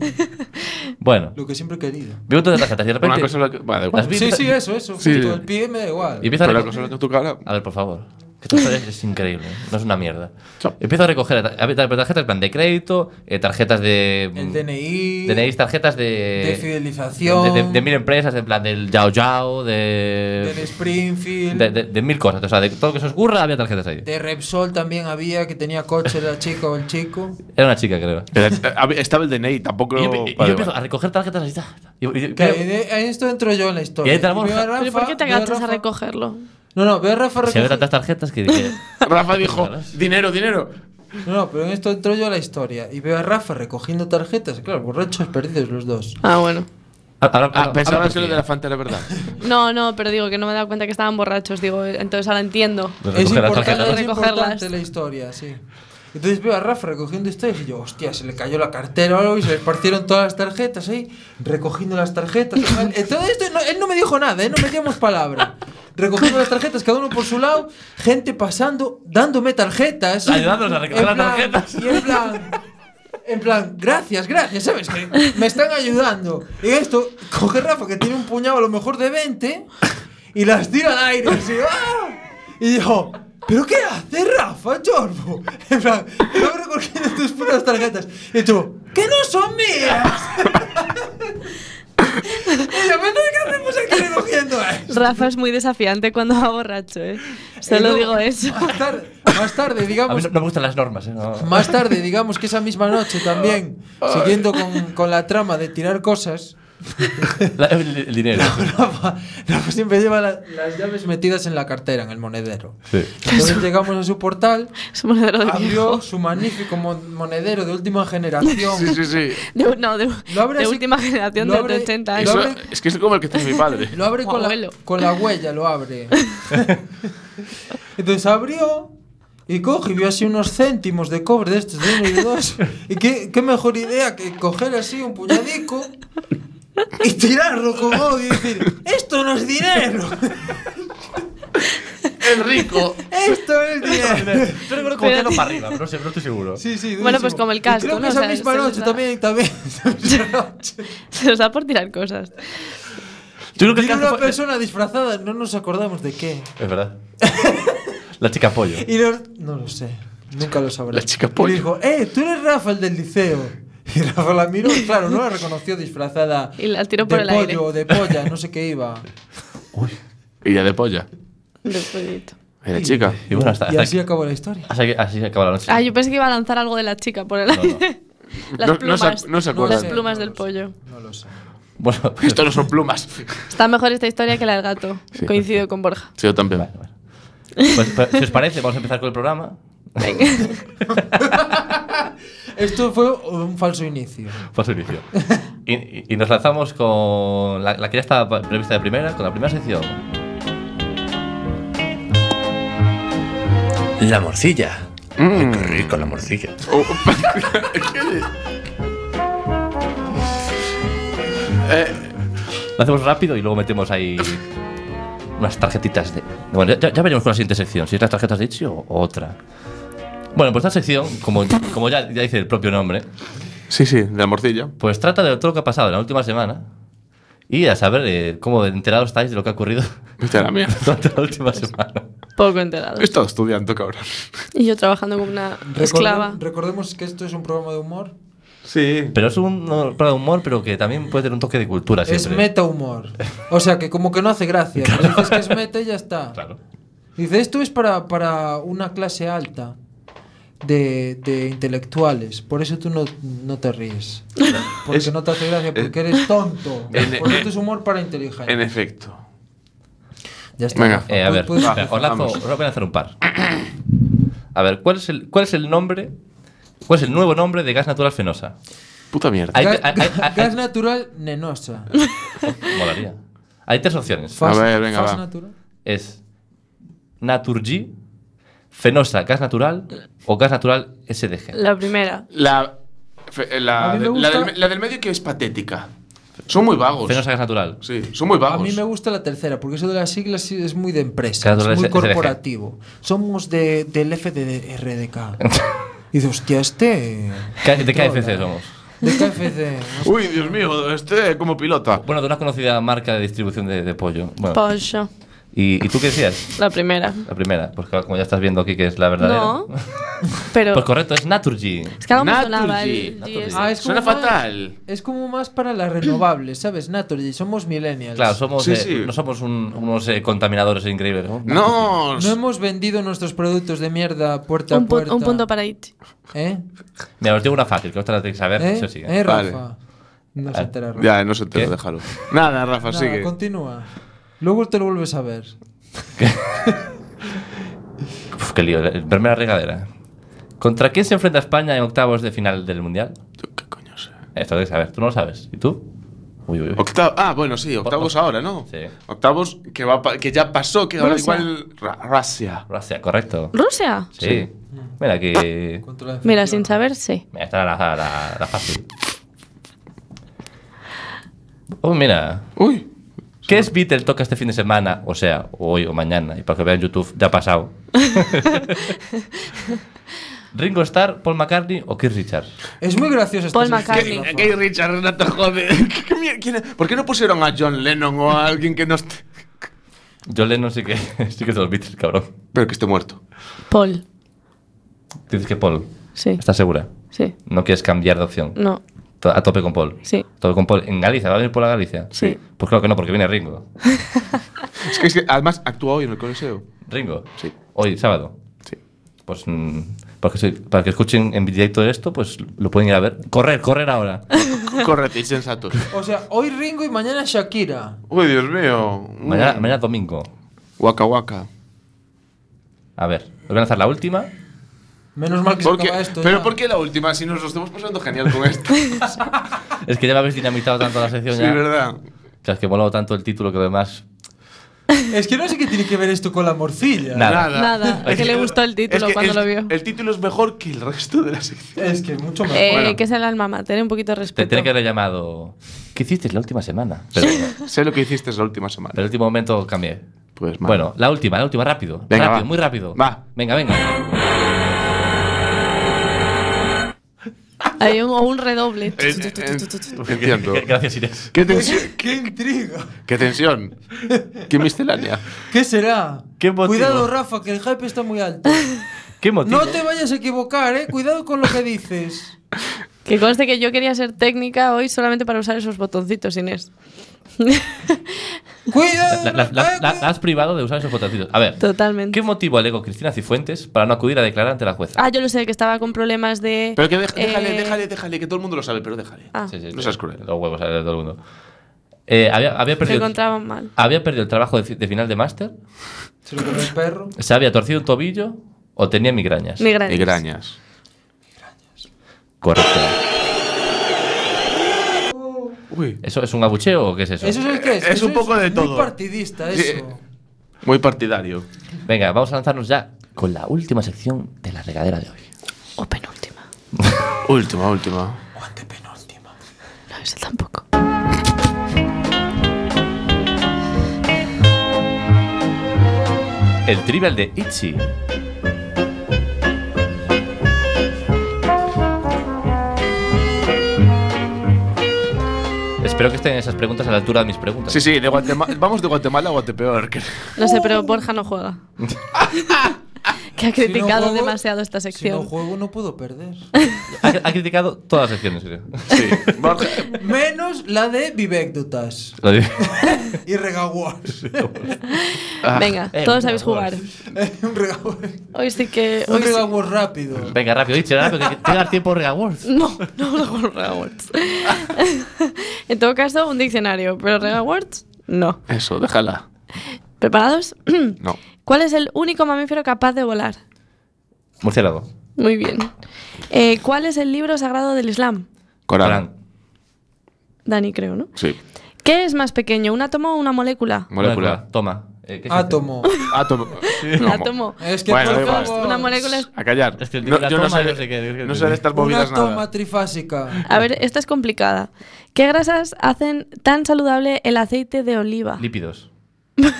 Speaker 2: Bueno,
Speaker 3: lo que siempre he querido.
Speaker 2: veo todas las tarjetas y de
Speaker 4: Una
Speaker 2: repente.
Speaker 4: cosa es la que. Vale, da igual.
Speaker 2: Las vi
Speaker 3: Sí,
Speaker 2: empezar-
Speaker 3: sí, eso, eso.
Speaker 4: Sí.
Speaker 3: Justo el pie me da igual.
Speaker 2: y empieza a
Speaker 4: Pero la
Speaker 2: reco-
Speaker 4: cosa es la que tu cara.
Speaker 2: A ver, por favor. Que esto es, es increíble, ¿eh? no es una mierda.
Speaker 4: Chao.
Speaker 2: Empiezo a recoger a- a ver, tar- tarjetas en plan de crédito, eh, tarjetas de.
Speaker 3: El DNI,
Speaker 2: Tenéis tarjetas de.
Speaker 3: de
Speaker 2: de,
Speaker 3: fidelización,
Speaker 2: eh, de- de mil empresas, en plan del Yao Yao,
Speaker 3: del
Speaker 2: de.
Speaker 3: Springfield,
Speaker 2: De, de- de mil cosas, o sea, de todo lo que se os ocurra había tarjetas ahí.
Speaker 3: de Repsol también había, que tenía coche la chica o el chico.
Speaker 2: Era una chica, creo.
Speaker 4: Era- eh, Estaba el DNI, tampoco.
Speaker 2: Y yo, y yo
Speaker 4: vale,
Speaker 2: empiezo
Speaker 4: vale.
Speaker 2: a recoger tarjetas así. ta, ta, y- y-
Speaker 3: Que
Speaker 2: pero-
Speaker 3: en- en esto entro yo en la historia.
Speaker 2: Y ahí te la
Speaker 3: veo a
Speaker 2: monja.
Speaker 5: ¿Pero
Speaker 3: Rafa-
Speaker 5: por qué te
Speaker 3: veo a
Speaker 5: agachas a
Speaker 3: Rafa-
Speaker 5: recogerlo?
Speaker 3: No, no, veo a Rafa
Speaker 2: se ve
Speaker 3: recogiendo.
Speaker 2: tantas tarjetas que dije.
Speaker 4: Rafa dijo: dinero, dinero.
Speaker 3: No, no, pero en esto entro yo a la historia y veo a Rafa recogiendo tarjetas, claro, borrachos perdidos los dos.
Speaker 5: Ah, bueno.
Speaker 2: Ahora-
Speaker 4: Ah,
Speaker 2: ahora-
Speaker 4: pensaba
Speaker 2: ahora-
Speaker 4: que lo de la Fanta era verdad.
Speaker 5: No, no, pero digo que no me he dado cuenta que estaban borrachos. Digo, entonces ahora entiendo.
Speaker 2: Pues Recoger las
Speaker 3: es
Speaker 2: tarjetas.
Speaker 3: importante, es
Speaker 5: Recogerlas.
Speaker 3: importante la historia, sí. Entonces veo a Rafa recogiendo historias y yo, hostia, se le cayó la cartera o algo y se le esparcieron todas las tarjetas ahí, recogiendo las tarjetas. tal. Eh, Todo esto, no- él no me dijo nada, ¿eh? no metíamos palabra. Recogiendo las tarjetas, cada uno por su lado, gente pasando, dándome tarjetas.
Speaker 2: Ayudándonos a recoger
Speaker 3: En
Speaker 2: las
Speaker 3: plan-
Speaker 2: tarjetas.
Speaker 3: Y en plan, en plan, gracias, gracias, ¿sabes? Que me están ayudando. Y esto, coge Rafa, que tiene un puñado a lo mejor de 20, y las tira al aire. Así, ¡ah! Y yo, ¿pero qué hace Rafa, chorbo? En plan, estaba recogiendo tus putas tarjetas. Y tú, ¡que no son mías! y yo, "Pero ¿qué hacemos aquí recogiendo esto?
Speaker 5: Rafa es muy desafiante cuando va borracho, ¿eh? Solo
Speaker 3: Y
Speaker 5: digo
Speaker 3: luego,
Speaker 5: eso.
Speaker 3: Más tarde, más tarde
Speaker 2: A mí
Speaker 3: digamos,
Speaker 2: no, no me gustan las normas, ¿eh? No.
Speaker 3: Más tarde, digamos que esa misma noche también, siguiendo con, con la trama de tirar cosas,
Speaker 2: La- el, el dinero.
Speaker 3: Rafa, Rafa siempre lleva la- las llaves metidas en la cartera, en el monedero.
Speaker 2: Sí.
Speaker 3: Entonces llegamos a su portal,
Speaker 5: Es un monedero de
Speaker 3: abrió
Speaker 5: viejo.
Speaker 3: su magnífico mon- monedero de última generación.
Speaker 4: Sí, sí, sí.
Speaker 5: De- no, de,
Speaker 3: Lo abre
Speaker 5: de
Speaker 3: así-
Speaker 5: última generación
Speaker 3: lo
Speaker 5: de
Speaker 3: abre-
Speaker 5: 80 años.
Speaker 4: Eso-
Speaker 3: abre-
Speaker 4: es que es como el que tiene mi padre.
Speaker 3: Lo abre
Speaker 5: Tu
Speaker 3: con la,
Speaker 5: abuelo.
Speaker 3: con la huella, lo abre. Entonces abrió y coge y vio así unos céntimos de cobre de estos de uno y de dos. Y qué, qué mejor idea que coger así un puñadico y tirarlo con odio y decir, esto no es dinero,
Speaker 4: El rico.
Speaker 3: esto es dinero.
Speaker 2: Yo recuerdo como tirarlo para arriba, pero no sé, no estoy seguro.
Speaker 3: Sí, sí,
Speaker 5: Bueno, pues
Speaker 3: durísimo.
Speaker 5: como el
Speaker 3: Y
Speaker 5: casco,
Speaker 3: Creo que
Speaker 5: ¿no? O
Speaker 3: esa
Speaker 5: sea,
Speaker 3: misma
Speaker 5: se les
Speaker 3: noche
Speaker 5: da-
Speaker 3: también, también. esa misma noche.
Speaker 5: Se nos da por tirar cosas.
Speaker 2: Yo creo que el
Speaker 3: Vino
Speaker 2: caso
Speaker 3: una
Speaker 2: fue-
Speaker 3: persona disfrazada, no nos acordamos de qué.
Speaker 2: Es verdad. La chica pollo.
Speaker 3: Y no, no lo sé. Nunca lo sabré.
Speaker 4: La chica pollo.
Speaker 3: Y dijo, eh, tú eres Rafa, el del liceo. Y Rafa la miró, claro, no la reconoció disfrazada.
Speaker 5: Y la tiró por
Speaker 3: de
Speaker 5: el
Speaker 3: pollo,
Speaker 5: aire.
Speaker 3: o de polla, no sé qué iba.
Speaker 4: Y ya de polla.
Speaker 5: Despuésito.
Speaker 4: Era chica.
Speaker 2: Y bueno, hasta,
Speaker 3: y
Speaker 2: hasta
Speaker 3: así
Speaker 2: aquí-
Speaker 3: acabó la historia.
Speaker 2: hasta aquí- así se acaba la noche.
Speaker 5: Ah, yo pensé que iba a lanzar algo de la chica por el aire. Las
Speaker 4: No- no
Speaker 5: plumas.
Speaker 4: se ac- no se
Speaker 5: las
Speaker 4: acuerdan.
Speaker 5: plumas
Speaker 3: No
Speaker 5: del
Speaker 3: lo sé.
Speaker 5: pollo.
Speaker 3: No lo sé.
Speaker 2: Bueno, pues,
Speaker 4: Esto no son plumas.
Speaker 5: Está mejor esta historia que la del gato.
Speaker 4: Sí.
Speaker 5: Coincido con Borja.
Speaker 4: Sí, yo también.
Speaker 2: pues, pues, si os parece, vamos a empezar con el programa.
Speaker 3: Esto fue un falso inicio.
Speaker 2: Paso inicio. Y, y- y nos lanzamos con la, la que ya estaba pa- prevista de primera, con la primera sección.
Speaker 9: La morcilla. Ay, qué rico la morcilla.
Speaker 4: Mm. Oh, ¿Qué dices? Eh,
Speaker 2: Lo hacemos rápido y luego metemos ahí unas tarjetitas de... Bueno, ya, ya veremos con la siguiente sección, si es las tarjetas de Itchy o o otra. Bueno, pues esta sección, como, como ya, ya dice el propio nombre,
Speaker 4: sí, sí, de la morcilla.
Speaker 2: pues trata de todo lo que ha pasado en la última semana y a saber eh, cómo enterados estáis de lo que ha ocurrido
Speaker 4: Vete a la mierda.
Speaker 2: durante la última semana.
Speaker 5: Poco enterado.
Speaker 4: He estado estudiando, cabrón.
Speaker 5: Y yo trabajando como una
Speaker 3: Recordem-
Speaker 5: esclava.
Speaker 3: Recordemos que esto es un programa de humor.
Speaker 4: Sí.
Speaker 2: Pero es un no, programa de humor, pero que también puede tener un toque de cultura
Speaker 3: Es
Speaker 2: siempre.
Speaker 3: meta humor. O sea que como que no hace gracia. pero Dices que es meta y ya está.
Speaker 2: Claro.
Speaker 3: Dice, esto es para, para una clase alta de, de intelectuales. Por eso tú no, no te ríes. Porque no te hace gracia, porque eres tonto.
Speaker 4: En-
Speaker 3: Por
Speaker 4: en-
Speaker 3: eso es humor para
Speaker 4: En
Speaker 3: inteligentes.
Speaker 4: efecto.
Speaker 3: Ya está. Pues,
Speaker 4: Venga.
Speaker 2: Eh, a ver,
Speaker 3: Puedes-
Speaker 2: espera, os, lanzo-
Speaker 4: vamos.
Speaker 2: os voy a lanzar un par. A ver, ¿cuál es el, cuál es el nombre? ¿Cuál es el nuevo nombre de gas natural fenosa?
Speaker 4: Puta mierda.
Speaker 2: Hay,
Speaker 3: Gas,
Speaker 2: hay- hay- hay-
Speaker 3: gas natural nenosa.
Speaker 2: molaría. Hay tres opciones.
Speaker 3: Fas-
Speaker 4: ver, venga,
Speaker 3: fas
Speaker 4: va.
Speaker 3: natural.
Speaker 2: Es Naturgy, Fenosa, gas natural o gas natural SDG.
Speaker 5: La primera.
Speaker 4: La, fe- eh, la,
Speaker 3: A mí me
Speaker 4: de- la
Speaker 3: gusta-
Speaker 4: del, me- la del medio que es patética. Son muy vagos.
Speaker 2: Fenosa, gas natural.
Speaker 4: Sí, son muy
Speaker 3: A
Speaker 4: vagos.
Speaker 3: mí me gusta la tercera, porque eso de las siglas sí es muy de empresa,
Speaker 2: Gas
Speaker 3: es
Speaker 2: natural
Speaker 3: muy
Speaker 2: es- es LG.
Speaker 3: corporativo. Somos de, del FDRDK. Y dices, hostia, este...
Speaker 2: Ca- ¿De KFC somos?
Speaker 3: De KFC.
Speaker 4: Uy, Dios mío, este como pilota.
Speaker 2: Bueno, de una conocida marca de distribución de, de pollo.
Speaker 4: Ah.
Speaker 2: Bueno,
Speaker 5: Pollo.
Speaker 2: ¿y, y tú qué decías?
Speaker 5: La primera.
Speaker 2: La primera, pues claro, como ya estás viendo aquí que es la verdadera.
Speaker 5: No. Pero.
Speaker 2: Pues correcto, es Naturgy.
Speaker 5: Es que algo me
Speaker 4: Naturgy.
Speaker 5: sonaba el
Speaker 2: Naturgy.
Speaker 5: GS.
Speaker 3: Ah, es como
Speaker 4: Suena
Speaker 3: más-
Speaker 4: fatal.
Speaker 3: Es como más para las renovables, ¿sabes? Naturgy, somos millennials.
Speaker 2: Claro, somos,
Speaker 4: Sí,
Speaker 2: eh,
Speaker 4: sí.
Speaker 2: no somos un- unos eh, contaminadores increíbles. ¿no?
Speaker 4: No,
Speaker 3: No hemos vendido nuestros productos de mierda puerta
Speaker 5: un,
Speaker 3: a
Speaker 5: pu-
Speaker 3: puerta.
Speaker 5: un punto para Itchy.
Speaker 3: ¿Eh?
Speaker 2: Mira, os digo una fácil, que os la tenéis que saber.
Speaker 3: ¿Eh?
Speaker 2: eso sí, ¿eh?
Speaker 3: ¿Eh,
Speaker 4: Vale.
Speaker 3: Rafa? No se entera Rafa.
Speaker 4: ya, no se entera,
Speaker 2: ¿Qué?
Speaker 4: déjalo. Nada, Rafa,
Speaker 3: Nada,
Speaker 4: sigue.
Speaker 3: continúa. Luego te lo vuelves a ver.
Speaker 2: Uf, qué lío, el- verme la regadera. ¿Contra quién se enfrenta España en octavos de final del Mundial?
Speaker 4: Yo, ¿Qué coño sé?
Speaker 2: Esto lo tenéis que saber, tú no lo sabes. ¿Y tú? Uy, uy, uy.
Speaker 4: Octa- ah, bueno, sí, octavos
Speaker 2: Por-
Speaker 4: ahora, ¿no?
Speaker 2: Sí.
Speaker 4: Octavos que, va pa- que ya pasó, que ahora
Speaker 5: Rusia.
Speaker 4: igual. Ra- Rusia.
Speaker 2: Rusia, correcto.
Speaker 5: ¿Rusia?
Speaker 2: Sí. Mira que.
Speaker 3: Contra la
Speaker 5: Mira,
Speaker 3: defensiva.
Speaker 5: sin saberse.
Speaker 2: Mira, esta era la, la- la fácil. Oh, mira.
Speaker 4: Uy.
Speaker 2: ¿Qué es Beatle toca este fin de semana? O sea, hoy o mañana. Y para que vean YouTube, ya ha pasado. Ringo Starr, Paul McCartney o Keith Richards.
Speaker 3: Es muy gracioso este
Speaker 5: Paul
Speaker 3: sexto
Speaker 5: McCartney.
Speaker 3: Rafa.
Speaker 4: Gay Richard, Renato, joder. ¿Qué mier- quién es? ¿Por qué no pusieron a John Lennon o a alguien que no esté.
Speaker 2: Yo Lennon sí que, sí que es de los Beatles, cabrón.
Speaker 4: Pero que esté muerto.
Speaker 5: Paul.
Speaker 2: Dices que Paul.
Speaker 5: Sí.
Speaker 2: ¿Estás segura?
Speaker 5: Sí.
Speaker 2: No quieres cambiar de opción.
Speaker 5: No.
Speaker 2: To- A tope con Paul.
Speaker 5: Sí.
Speaker 2: A tope con Paul. ¿En Galicia? ¿Va a venir Paul a Galicia?
Speaker 5: Sí.
Speaker 2: Pues claro que no, porque viene Ringo.
Speaker 4: Es que, es que además actúa hoy en el Coliseo.
Speaker 2: ¿Ringo?
Speaker 4: Sí.
Speaker 2: Hoy, sábado.
Speaker 4: Sí.
Speaker 2: Pues mm, para, que, se- para que escuchen en directo esto, pues lo pueden ir a ver. Correr, correr ahora.
Speaker 4: Correcto, insensato.
Speaker 3: O sea, hoy Ringo y mañana Shakira.
Speaker 4: Uy, Dios mío.
Speaker 2: mañana,
Speaker 4: Mm.
Speaker 2: mañana domingo.
Speaker 4: Waka waka.
Speaker 2: A ver, os voy a lanzar la última.
Speaker 3: Menos mal que se
Speaker 4: ¿Por qué?
Speaker 3: acaba esto.
Speaker 4: Pero
Speaker 3: ya.
Speaker 4: ¿por qué la última? Si nos lo estamos pasando genial con esto. sí,
Speaker 2: Es que ya me habéis dinamitado tanto la sección ya.
Speaker 4: verdad.
Speaker 2: Claro, es que he molado tanto el título que además.
Speaker 3: Es que no sé qué tiene que ver esto con la morcilla.
Speaker 2: Nada.
Speaker 5: Nada.
Speaker 2: Es
Speaker 5: que le
Speaker 2: que-
Speaker 5: gustó el
Speaker 4: Es
Speaker 5: título
Speaker 4: que
Speaker 5: cuando
Speaker 4: el-
Speaker 5: lo vio.
Speaker 4: El título es mejor que el resto de la sección.
Speaker 3: Es que mucho mejor.
Speaker 5: Eh,
Speaker 4: Bueno.
Speaker 5: Que es el alma mater, un poquito de
Speaker 2: Te
Speaker 5: respeto.
Speaker 2: tiene que haber llamado. ¿Qué hiciste la última semana? Pero, pero
Speaker 4: Sé lo que hiciste la última semana.
Speaker 2: el último momento cambié.
Speaker 4: Pues mal.
Speaker 2: Bueno, la última, la última, rápido.
Speaker 4: Venga,
Speaker 2: rápido,
Speaker 4: va.
Speaker 2: muy rápido.
Speaker 4: Va.
Speaker 2: Venga, venga.
Speaker 5: Hay un, o un redoble.
Speaker 4: Eh, eh, eh, entiendo.
Speaker 2: Gracias, Inés.
Speaker 4: ¿Qué tensión?
Speaker 3: ¡Qué intriga!
Speaker 4: ¿Qué tensión? ¿Qué miscelánea?
Speaker 3: ¿Qué será?
Speaker 2: ¿Qué motivo?
Speaker 3: Cuidado, Rafa, que el hype está muy alto.
Speaker 2: ¿Qué motivo?
Speaker 3: No te vayas a equivocar, eh. Cuidado con lo que dices.
Speaker 5: Que conste que yo quería ser técnica hoy solamente para usar esos botoncitos, Inés.
Speaker 3: Cuidado.
Speaker 2: La, la- la-
Speaker 3: eh,
Speaker 2: la- la
Speaker 3: cuidado.
Speaker 2: has privado de usar esos botoncitos. A ver,
Speaker 5: Totalmente.
Speaker 2: ¿qué motivo alegó Cristina Cifuentes para no acudir a declarar ante la jueza?
Speaker 5: Ah, yo lo sé, que estaba con problemas de.
Speaker 4: Pero que deja-
Speaker 5: eh,
Speaker 4: déjale, déjale, déjale, que todo el mundo lo sabe, pero déjale.
Speaker 5: Ah,
Speaker 2: Sí, sí,
Speaker 4: No
Speaker 2: sí.
Speaker 4: seas cruel.
Speaker 2: Los huevos a ver, todo el mundo. Eh, había, había
Speaker 5: se
Speaker 2: perdido,
Speaker 5: encontraban mal.
Speaker 2: había perdido el trabajo de, fi- de final de máster,
Speaker 3: Se lo comió el perro.
Speaker 2: se había torcido un tobillo o tenía migrañas.
Speaker 5: Migrañas.
Speaker 4: Migrañas.
Speaker 2: Correcto.
Speaker 4: Uy.
Speaker 2: ¿Eso es un abucheo o qué es eso?
Speaker 3: ¿Eso es qué es?
Speaker 4: Es
Speaker 3: Eso
Speaker 4: un poco de
Speaker 3: muy
Speaker 4: todo.
Speaker 3: partidista,
Speaker 4: Sí.
Speaker 3: eso.
Speaker 4: Muy partidario.
Speaker 2: Venga, vamos a lanzarnos ya con la última sección de la regadera de hoy.
Speaker 5: O penúltima.
Speaker 4: Última, última.
Speaker 5: No, eso tampoco.
Speaker 2: El trivial de Itchy. Espero que estén esas preguntas a la altura de mis preguntas.
Speaker 4: Sí, sí, de Guatemala. Vamos de Guatemala a Guatepeor. que-
Speaker 5: No sé, pero Borja no juega. que ha
Speaker 3: Uh. Si no
Speaker 5: criticado
Speaker 3: juego-
Speaker 5: demasiado esta
Speaker 3: Si
Speaker 5: sección.
Speaker 3: no juego, no puedo perder.
Speaker 2: Ha, ha criticado todas las secciones, creo.
Speaker 4: Sí. Borja-
Speaker 3: Menos la de vivécdotas
Speaker 2: Lo digo.
Speaker 3: y regaguas.
Speaker 4: Ah.
Speaker 5: Venga,
Speaker 2: Eh,
Speaker 5: todos
Speaker 2: mira,
Speaker 5: sabéis
Speaker 2: bueno.
Speaker 5: jugar.
Speaker 3: un regaguas.
Speaker 5: Hoy sí que.
Speaker 3: Un
Speaker 5: hoy sí-
Speaker 3: regaguas rápido.
Speaker 2: Venga, rápido, Itchy, rápido, que te va a dar tiempo Rega Awards.
Speaker 5: No, no lo juego Rega Words. en todo caso, un diccionario, pero Rega Words, no.
Speaker 4: Eso, déjala.
Speaker 5: ¿Preparados?
Speaker 4: No.
Speaker 5: ¿Cuál es el único mamífero capaz de volar?
Speaker 2: Murciélago.
Speaker 5: Muy bien. Eh, ¿Cuál es el libro sagrado del Islam?
Speaker 4: Corán.
Speaker 5: Dani, creo, ¿no?
Speaker 4: Sí.
Speaker 5: ¿Qué es más pequeño, un átomo o una molécula?
Speaker 4: Molécula.
Speaker 2: Toma. Eh, ¿qué es
Speaker 3: Átomo.
Speaker 4: Átomo.
Speaker 5: Un átomo.
Speaker 3: Es que
Speaker 4: Bueno,
Speaker 3: por
Speaker 4: da igual.
Speaker 3: favor.
Speaker 5: Una molécula es...
Speaker 4: A callar.
Speaker 2: Es que el
Speaker 4: No,
Speaker 2: la
Speaker 4: yo no
Speaker 2: toma,
Speaker 4: sé,
Speaker 2: yo sé qué-
Speaker 4: no sé de estas
Speaker 3: Una
Speaker 4: movidas
Speaker 3: toma
Speaker 4: nada.
Speaker 3: trifásica.
Speaker 5: A ver, esta es complicada. ¿Qué grasas hacen tan saludable el aceite de oliva?
Speaker 2: eso? Lípidos. No.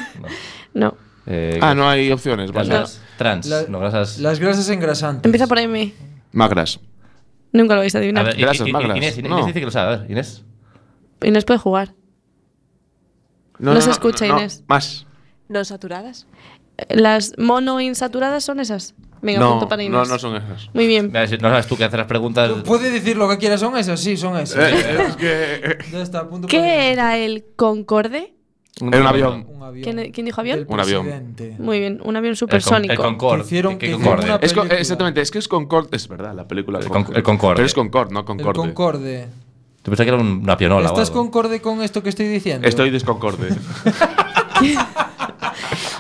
Speaker 5: No.
Speaker 2: Eh,
Speaker 4: Ah, no hay opciones. vale.
Speaker 2: Grasas trans.
Speaker 3: La-
Speaker 2: no, grasas.
Speaker 3: Las grasas engrasantes.
Speaker 5: Empieza por M.
Speaker 4: Magras.
Speaker 5: Nunca lo vais a
Speaker 2: A
Speaker 5: adivinar.
Speaker 2: ver, I-
Speaker 4: Grasas,
Speaker 2: I- I-
Speaker 4: magras.
Speaker 2: Inés, Inés,
Speaker 4: No.
Speaker 2: Inés dice que lo sabe. A ver, Inés.
Speaker 3: Mm.
Speaker 5: Y nos puede jugar. No se escucha,
Speaker 4: no,
Speaker 5: Inés.
Speaker 4: Más.
Speaker 6: No saturadas.
Speaker 5: Eh, ¿Las monoinsaturadas son esas? Venga, punto
Speaker 4: No,
Speaker 5: para Inés.
Speaker 4: no, no son esas.
Speaker 5: Muy bien.
Speaker 2: Mira, si No sabes tú que hacer las preguntas.
Speaker 3: Puede decir lo que quiera, son esas, sí, son esas.
Speaker 4: Eh, es que.
Speaker 3: Ya está, punto para-
Speaker 5: ¿Qué era el Concorde?
Speaker 4: Era un avión.
Speaker 3: Un avión.
Speaker 5: ¿Quién, quién dijo avión?
Speaker 3: Del
Speaker 4: Un avión.
Speaker 3: presidente.
Speaker 5: Muy bien, un avión
Speaker 2: El, con, el
Speaker 5: supersónico.
Speaker 2: Concorde.
Speaker 3: Que hicieron-
Speaker 2: ¿Qué
Speaker 3: que
Speaker 2: Concorde?
Speaker 3: hicieron
Speaker 4: Es con-
Speaker 3: película.
Speaker 4: exactamente, es que es Concorde. Es verdad, la película.
Speaker 2: El
Speaker 4: Concorde.
Speaker 2: Con- el Concorde.
Speaker 4: Pero es Concorde, no
Speaker 3: El
Speaker 4: Concorde.
Speaker 3: Concorde.
Speaker 2: Yo pensaba que era un- una pianola. o
Speaker 3: ¿Estás
Speaker 2: algo.
Speaker 3: concorde con esto que estoy diciendo?
Speaker 4: Estoy desconcorde.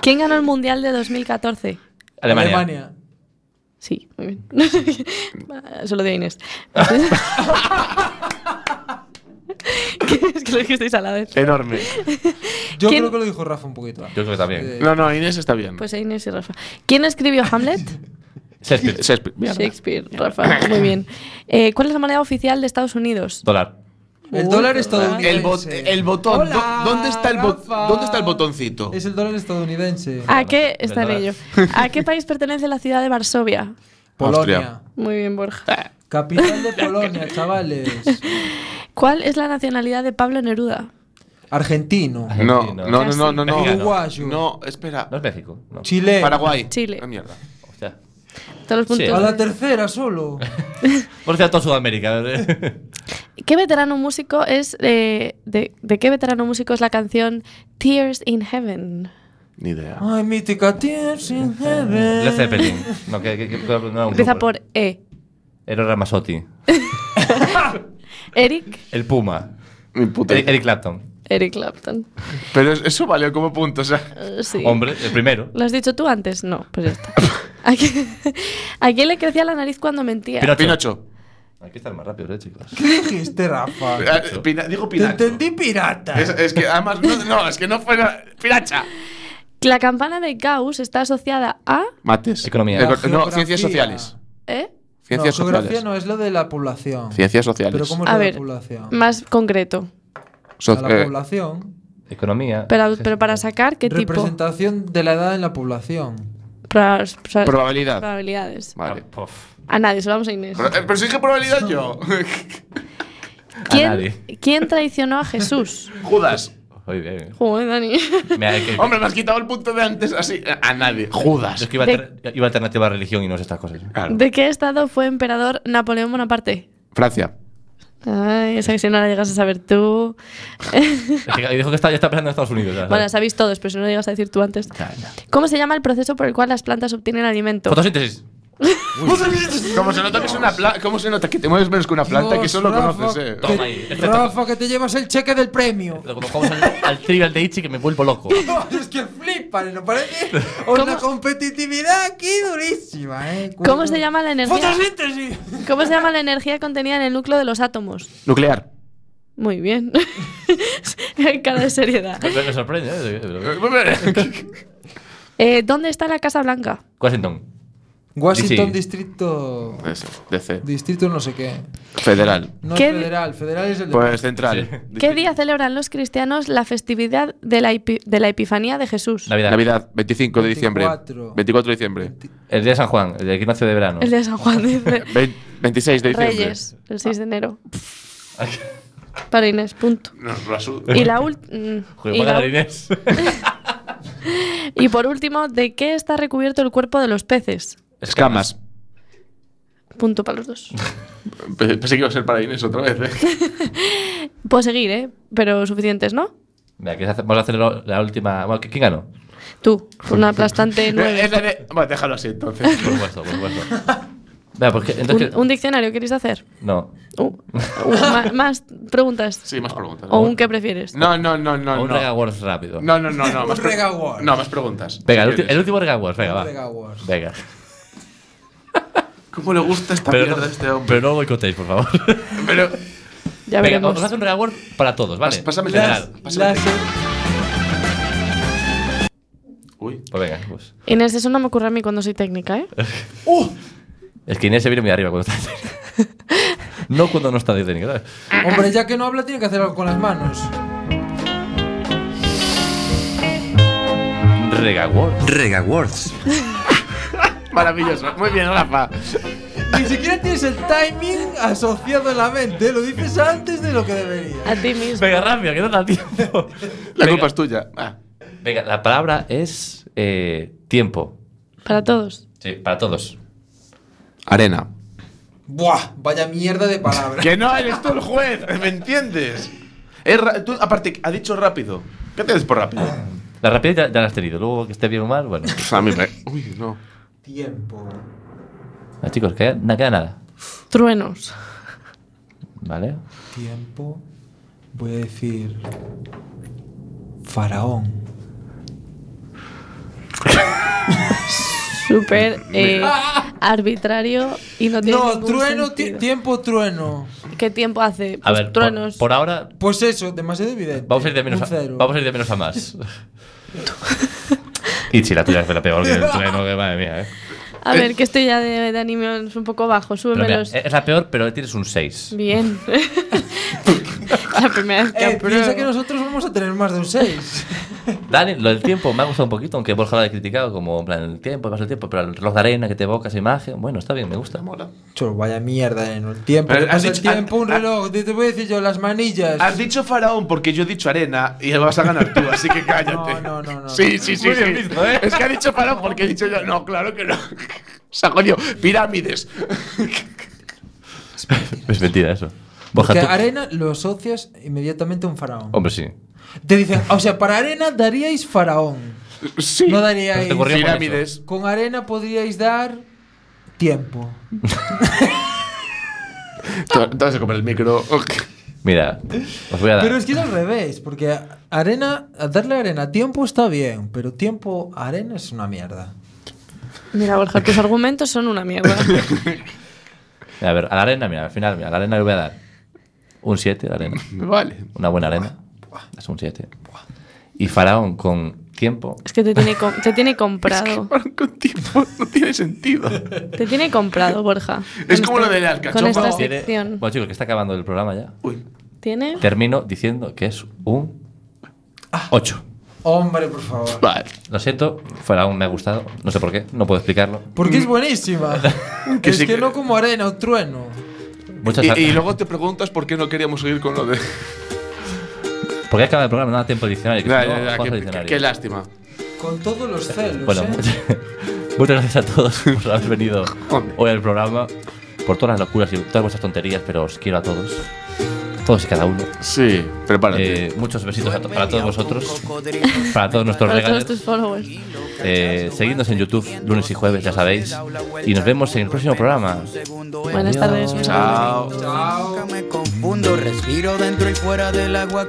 Speaker 5: ¿Quién ganó el Mundial de 2014?
Speaker 2: Alemania.
Speaker 5: Sí, muy bien. Solo de Inés. ¿Qué, es que lo dijisteis a la
Speaker 2: Eh,
Speaker 5: vez.
Speaker 4: Enorme.
Speaker 3: Yo
Speaker 5: ¿Quién-
Speaker 3: creo que lo dijo Rafa un poquito.
Speaker 2: Yo creo que también.
Speaker 3: Eh,
Speaker 4: No, no, Inés está bien.
Speaker 5: Pues ahí Inés y Rafa. ¿Quién escribió Hamlet?
Speaker 2: Shakespeare.
Speaker 4: Shakespeare. Mierda.
Speaker 5: Shakespeare, Rafa. Muy bien. Eh, ¿Cuál es la moneda oficial de Estados Unidos?
Speaker 2: Dólar.
Speaker 3: el
Speaker 5: Uy,
Speaker 3: dólar
Speaker 5: qué
Speaker 3: estadounidense.
Speaker 4: El, bot- el botón.
Speaker 3: Hola,
Speaker 4: ¿Dó- ¿Dónde está el, bot-
Speaker 3: Rafa.
Speaker 4: ¿Dónde está el botoncito?
Speaker 3: Es el dólar estadounidense.
Speaker 5: ¿A qué
Speaker 2: El
Speaker 5: está en
Speaker 2: dólar.
Speaker 5: ello? ¿A qué país pertenece la ciudad de Varsovia?
Speaker 3: Polonia.
Speaker 4: Austria.
Speaker 5: Muy bien, Borja.
Speaker 3: Capital de Polonia, chavales.
Speaker 5: ¿Cuál es la nacionalidad de Pablo Neruda?
Speaker 3: Argentino.
Speaker 4: No, no, no, no, no. no.
Speaker 2: Mexicano.
Speaker 3: Uruguayo.
Speaker 4: No, espera.
Speaker 2: No es México. No.
Speaker 3: Chile.
Speaker 4: Paraguay.
Speaker 5: Chile.
Speaker 4: Ah, mierda.
Speaker 2: Hostia.
Speaker 5: Todos los puntos.
Speaker 3: A la tercera solo.
Speaker 2: Por cierto, Sudamérica. ¿eh?
Speaker 5: ¿Qué veterano músico es eh, de, de qué veterano músico es la canción Tears in Heaven?
Speaker 4: Ni idea.
Speaker 3: Ay, mítica Tears in Heaven.
Speaker 2: Led Zeppelin. No, que, que, que- no, un
Speaker 5: Empieza
Speaker 2: grupo. eh.
Speaker 5: por E.
Speaker 2: Era Ramazzotti.
Speaker 5: Eric,
Speaker 2: El Puma.
Speaker 4: Mi puta
Speaker 2: Eric,
Speaker 4: idea.
Speaker 2: Eric Clapton.
Speaker 5: Eric Clapton.
Speaker 4: Pero es- eso valió como punto, o sea.
Speaker 5: Eh, sí.
Speaker 2: Hombre, el primero.
Speaker 5: ¿Lo has dicho tú antes? No, pues ya está. ¿A qui- ¿A quién le crecía la nariz cuando mentía?
Speaker 2: Pinocho.
Speaker 4: Pinocho.
Speaker 2: Hay que estar más rápido, ¿eh, chicos?
Speaker 3: ¿Qué dijiste, Rafa?
Speaker 4: Ah, pina- digo
Speaker 3: Te
Speaker 4: pinacho.
Speaker 3: entendí pirata.
Speaker 4: Es, es que además, no, no, es que no fue la- piracha.
Speaker 5: La campana de Gauss está asociada a.
Speaker 4: Mates.
Speaker 2: Economía.
Speaker 4: Eco- no,
Speaker 3: Geografía.
Speaker 4: ciencias sociales.
Speaker 5: ¿eh?
Speaker 4: Ciencias
Speaker 3: no, geografía
Speaker 4: sociales.
Speaker 3: no, es lo de la población.
Speaker 4: Ciencias sociales.
Speaker 3: Pero ¿cómo es
Speaker 5: A
Speaker 3: lo de
Speaker 5: ver,
Speaker 3: la población?
Speaker 5: Más concreto.
Speaker 4: So-
Speaker 3: A la
Speaker 4: eh,
Speaker 3: población.
Speaker 2: Economía.
Speaker 5: Pero, pero para sacar qué tipo.
Speaker 3: Representación de la edad en la población.
Speaker 5: Pra- pra-
Speaker 4: probabilidad.
Speaker 5: probabilidades.
Speaker 4: Vale.
Speaker 2: Ah, pof.
Speaker 5: A nadie, se lo vamos a Inés.
Speaker 4: Pero, eh, pero sí que probabilidad yo.
Speaker 2: a nadie.
Speaker 5: ¿Quién, ¿Quién traicionó a Jesús?
Speaker 4: Judas.
Speaker 2: Muy bien. eh.
Speaker 5: Joder, Dani.
Speaker 2: Me ha- que-
Speaker 4: Hombre, me has quitado el punto de antes así. A nadie.
Speaker 2: Es
Speaker 4: Judas.
Speaker 2: que iba, alter- iba alternativa a religión y no sé estas cosas.
Speaker 4: Claro.
Speaker 5: ¿De qué estado fue emperador Napoleón Bonaparte?
Speaker 4: Francia.
Speaker 5: Ay, esa que si no la llegas a saber tú.
Speaker 2: Es que dijo que está, ya está pensando en Estados Unidos. ya,
Speaker 5: Bueno, la
Speaker 2: ¿sabes?
Speaker 5: sabéis todos, pero si no lo llegas a decir tú antes. ¿Cómo se llama el proceso por el cual las plantas obtienen alimento?
Speaker 2: Fotosíntesis.
Speaker 4: ¿Cómo se nota que es una planta? ¿Cómo se nota que te mueves menos que una planta que
Speaker 3: Dios,
Speaker 4: solo
Speaker 3: Rafa,
Speaker 4: conoces, eh?
Speaker 2: Toma ahí.
Speaker 3: que- Rafa, que te llevas el cheque del premio.
Speaker 2: Cuando jugamos al, al trivial de Ichi que me vuelvo loco.
Speaker 3: No, es que flipan, ¿no parece? Una competitividad aquí durísima, ¿eh?
Speaker 5: ¿Cómo se llama la energía?
Speaker 3: ¡Fotosíntesis!
Speaker 5: ¿Cómo se llama la energía contenida en el núcleo de los átomos?
Speaker 4: eh. Nuclear.
Speaker 5: Muy bien. Cara de seriedad.
Speaker 2: Me, me sorprende, ¿eh?
Speaker 4: Pues,
Speaker 5: Eh, ¿Dónde está la Casa Blanca?
Speaker 2: Washington.
Speaker 3: Washington
Speaker 2: Sí.
Speaker 3: distrito.
Speaker 4: eh, DC.
Speaker 3: Distrito no sé qué.
Speaker 4: Federal.
Speaker 3: No
Speaker 5: ¿Qué
Speaker 3: es
Speaker 5: di-
Speaker 3: federal, federal es el de.
Speaker 4: Pues central.
Speaker 5: ¿Qué día celebran los cristianos la festividad de la, epi- de la Epifanía de Jesús?
Speaker 2: Navidad.
Speaker 4: Navidad, 25 de diciembre.
Speaker 3: 24.
Speaker 4: 24 de diciembre.
Speaker 2: El día de San Juan, el equinoccio de verano.
Speaker 5: El de San Juan dice.
Speaker 4: Ve- 26 de diciembre.
Speaker 5: Reyes, el 6 de enero. Para Inés, punto.
Speaker 4: No, lo asu-
Speaker 5: Y, la ult- mm,
Speaker 2: Joder,
Speaker 5: y,
Speaker 2: va a
Speaker 5: la-
Speaker 2: ganar Inés.
Speaker 5: y por último, ¿de qué está recubierto el cuerpo de los peces?
Speaker 4: Escamas.
Speaker 5: Punto para los dos.
Speaker 4: Pe- Pensé que iba a ser para Inés otra vez. ¿eh?
Speaker 5: Puedo seguir, ¿eh? Pero suficientes, ¿no?
Speaker 2: Mira, que hace- vamos a hacer lo- la última. Bueno, ¿Quién ganó?
Speaker 5: Tú, con una aplastante nueve.
Speaker 4: Es la de- Bueno, déjalo así entonces.
Speaker 2: Por supuesto, por supuesto. Venga, pues que- entonces.
Speaker 5: ¿Un,
Speaker 2: que-
Speaker 5: un diccionario queréis hacer?
Speaker 2: No.
Speaker 5: Uh, uh, ma- más preguntas.
Speaker 4: Sí, más preguntas.
Speaker 5: ¿O un qué prefieres?
Speaker 4: No, no, no,
Speaker 2: O
Speaker 4: no.
Speaker 2: un
Speaker 4: No,
Speaker 2: Rega Wars rápido.
Speaker 4: no, no, no. no,
Speaker 3: Un
Speaker 4: más pre-
Speaker 3: Rega Wars.
Speaker 4: No, más preguntas.
Speaker 2: Venga, el,
Speaker 4: Si
Speaker 2: ulti-
Speaker 4: quieres.
Speaker 2: el último Rega Wars, venga, va.
Speaker 3: Rega Wars.
Speaker 2: Venga.
Speaker 4: ¿Cómo le gusta esta
Speaker 2: Pero
Speaker 4: mierda
Speaker 2: no,
Speaker 4: a este hombre?
Speaker 2: pero no boicoteéis, por favor.
Speaker 4: Pero.
Speaker 5: Ya
Speaker 2: Venga,
Speaker 5: veremos.
Speaker 2: vamos a hacer un Rega Wars para todos, ¿vale?
Speaker 4: Pas- Pásame el
Speaker 3: Las,
Speaker 4: general. Pásame el
Speaker 3: las-
Speaker 4: general. Uy.
Speaker 2: Pues venga, pues.
Speaker 5: Inés, eso no me ocurre a mí cuando soy técnica, ¿eh?
Speaker 2: Es que Inés se viene muy arriba cuando está No cuando no está detenido. ¿sabes?
Speaker 3: Hombre, ya que no habla, tiene que hacer algo con las manos.
Speaker 2: Rega Wars.
Speaker 9: Rega Awards.
Speaker 4: Maravilloso. Muy bien, Rafa.
Speaker 3: Ni siquiera tienes el timing asociado en la mente, lo dices antes de lo que debería.
Speaker 5: A ti mismo.
Speaker 2: Venga, rápido, que no da tiempo.
Speaker 4: La
Speaker 2: Venga.
Speaker 4: culpa es tuya. Ah.
Speaker 2: Venga, la palabra es eh, tiempo.
Speaker 5: Para todos.
Speaker 2: Sí, para todos.
Speaker 4: Arena.
Speaker 3: Buah, vaya mierda de palabra.
Speaker 4: Que no eres tú el juez, ¿me entiendes? Es ra- tú, aparte, ha dicho rápido. ¿Qué te des por rápido?
Speaker 2: La rapidez ya, ya la has tenido. Luego que esté bien o mal, bueno.
Speaker 4: Pues A mí me. Uy, no.
Speaker 3: Tiempo.
Speaker 2: Ah, chicos, que ya no queda nada.
Speaker 5: Truenos.
Speaker 2: ¿Vale?
Speaker 3: Tiempo. Voy a decir. Faraón.
Speaker 5: súper eh, arbitrario y no tiene
Speaker 3: No,
Speaker 5: ningún
Speaker 3: trueno, ti-
Speaker 5: sentido.
Speaker 3: tiempo trueno.
Speaker 5: ¿Qué tiempo hace?
Speaker 2: A
Speaker 5: Pues
Speaker 2: ver, por,
Speaker 5: truenos.
Speaker 2: por ahora
Speaker 3: Pues eso, demasiado evidente.
Speaker 2: vamos a ir de menos
Speaker 3: Un
Speaker 2: a,
Speaker 3: cero.
Speaker 2: vamos a, ir de menos a más. y si la tuya fue la peor que el trueno, que madre mía, eh.
Speaker 5: A ver, que estoy ya de, de anime un poco bajo,
Speaker 2: Pero mira, eh.
Speaker 5: súbemelos.
Speaker 2: es la peor, pero tienes un 6.
Speaker 5: Bien. La primera vez que
Speaker 3: Eh, piensa
Speaker 5: apruebo.
Speaker 3: que nosotros vamos a tener más de un 6.
Speaker 2: Dani, lo del tiempo me ha gustado un poquito, aunque Borja lo ha criticado como en plan el tiempo, pasa el tiempo, pero el reloj de arena que te evoca esa imagen, bueno, está bien, me gusta.
Speaker 4: Mola.
Speaker 3: Chor, vaya mierda, ¿eh? ¿no? El tiempo.
Speaker 4: Pero
Speaker 3: ¿qué
Speaker 4: has
Speaker 3: pasa el
Speaker 4: dicho-
Speaker 3: tiempo, un
Speaker 4: ah, ah.
Speaker 3: reloj. Te te voy a decir yo, las manillas.
Speaker 4: Has dicho faraón porque yo he dicho arena y vas a ganar tú, así que cállate.
Speaker 3: No, no, no, no.
Speaker 4: Sí, sí, sí.
Speaker 2: Muy bien
Speaker 4: sí.
Speaker 2: visto, ¿eh?
Speaker 4: Es que ha dicho faraón porque he dicho yo. No, claro que no. Saco yo. Pirámides.
Speaker 2: Es mentira eso. Borja,
Speaker 3: Porque
Speaker 2: tú-
Speaker 3: arena lo asocias inmediatamente a un faraón.
Speaker 2: Hombre, sí.
Speaker 3: Te dicen, o sea, para arena daríais faraón.
Speaker 4: Sí.
Speaker 3: No
Speaker 2: Pero
Speaker 3: daríais.
Speaker 2: te corría por
Speaker 4: Pirámides.
Speaker 3: Con arena podríais dar tiempo.
Speaker 4: Te te vas a comer el micro.
Speaker 2: Mira, os voy a dar.
Speaker 3: Pero es que es al revés, porque arena, a darle arena a tiempo está bien, pero tiempo a arena es una mierda.
Speaker 5: Mira, Borja, tus argumentos son una mierda.
Speaker 2: Mira, a ver, a la arena, mira, al final, mira, a la arena le voy a dar un 7, la arena.
Speaker 4: Vale.
Speaker 2: Una buena arena. Es un 7. Y Faraón con tiempo.
Speaker 5: Es que te tiene, com- te tiene comprado.
Speaker 4: Con tiempo no tiene sentido.
Speaker 5: Te tiene comprado, Borja.
Speaker 4: Es
Speaker 5: Con
Speaker 4: como
Speaker 5: esta-
Speaker 4: lo de las
Speaker 5: Con esta
Speaker 4: cachofas.
Speaker 2: Tiene,
Speaker 5: sección.
Speaker 2: bueno, chicos, que está acabando el programa ya.
Speaker 4: Uy.
Speaker 5: ¿Tiene?
Speaker 2: Termino diciendo que es un
Speaker 4: Ah.
Speaker 2: 8.
Speaker 3: Hombre, por favor.
Speaker 4: Vale.
Speaker 2: Lo siento, Faraón me ha gustado. No sé por qué, no puedo explicarlo.
Speaker 3: Porque es buenísima.
Speaker 4: Que
Speaker 3: es
Speaker 4: sí
Speaker 3: que
Speaker 4: que-
Speaker 3: no como arena o trueno.
Speaker 2: Muchas
Speaker 4: Y, y
Speaker 2: gracias.
Speaker 4: luego te preguntas por qué no queríamos seguir con lo de.
Speaker 2: ¿Por qué acaba el programa? No da tiempo al diccionario. que
Speaker 4: Ya,
Speaker 2: si no,
Speaker 4: ya, ya,
Speaker 2: vamos al
Speaker 4: qué- qué,
Speaker 2: diccionario.
Speaker 4: qué lástima.
Speaker 3: Con todos los celos.
Speaker 2: Bueno, pues,
Speaker 3: ¿eh?
Speaker 2: muchas, muchas gracias a todos por haber venido hoy al programa, por todas las locuras y todas vuestras tonterías, pero os quiero a todos, todos y cada uno.
Speaker 4: Sí, prepárate.
Speaker 2: Eh, muchos besitos a to- para todos vosotros, para todos nuestros
Speaker 5: Para todos tus
Speaker 2: regalos.
Speaker 5: followers.
Speaker 2: Eh, seguidnos en YouTube lunes y jueves, ya sabéis. Y nos vemos en el próximo programa.
Speaker 5: Buenas tardes.
Speaker 4: Chao.
Speaker 10: Nunca me confundo, respiro dentro y fuera del agua.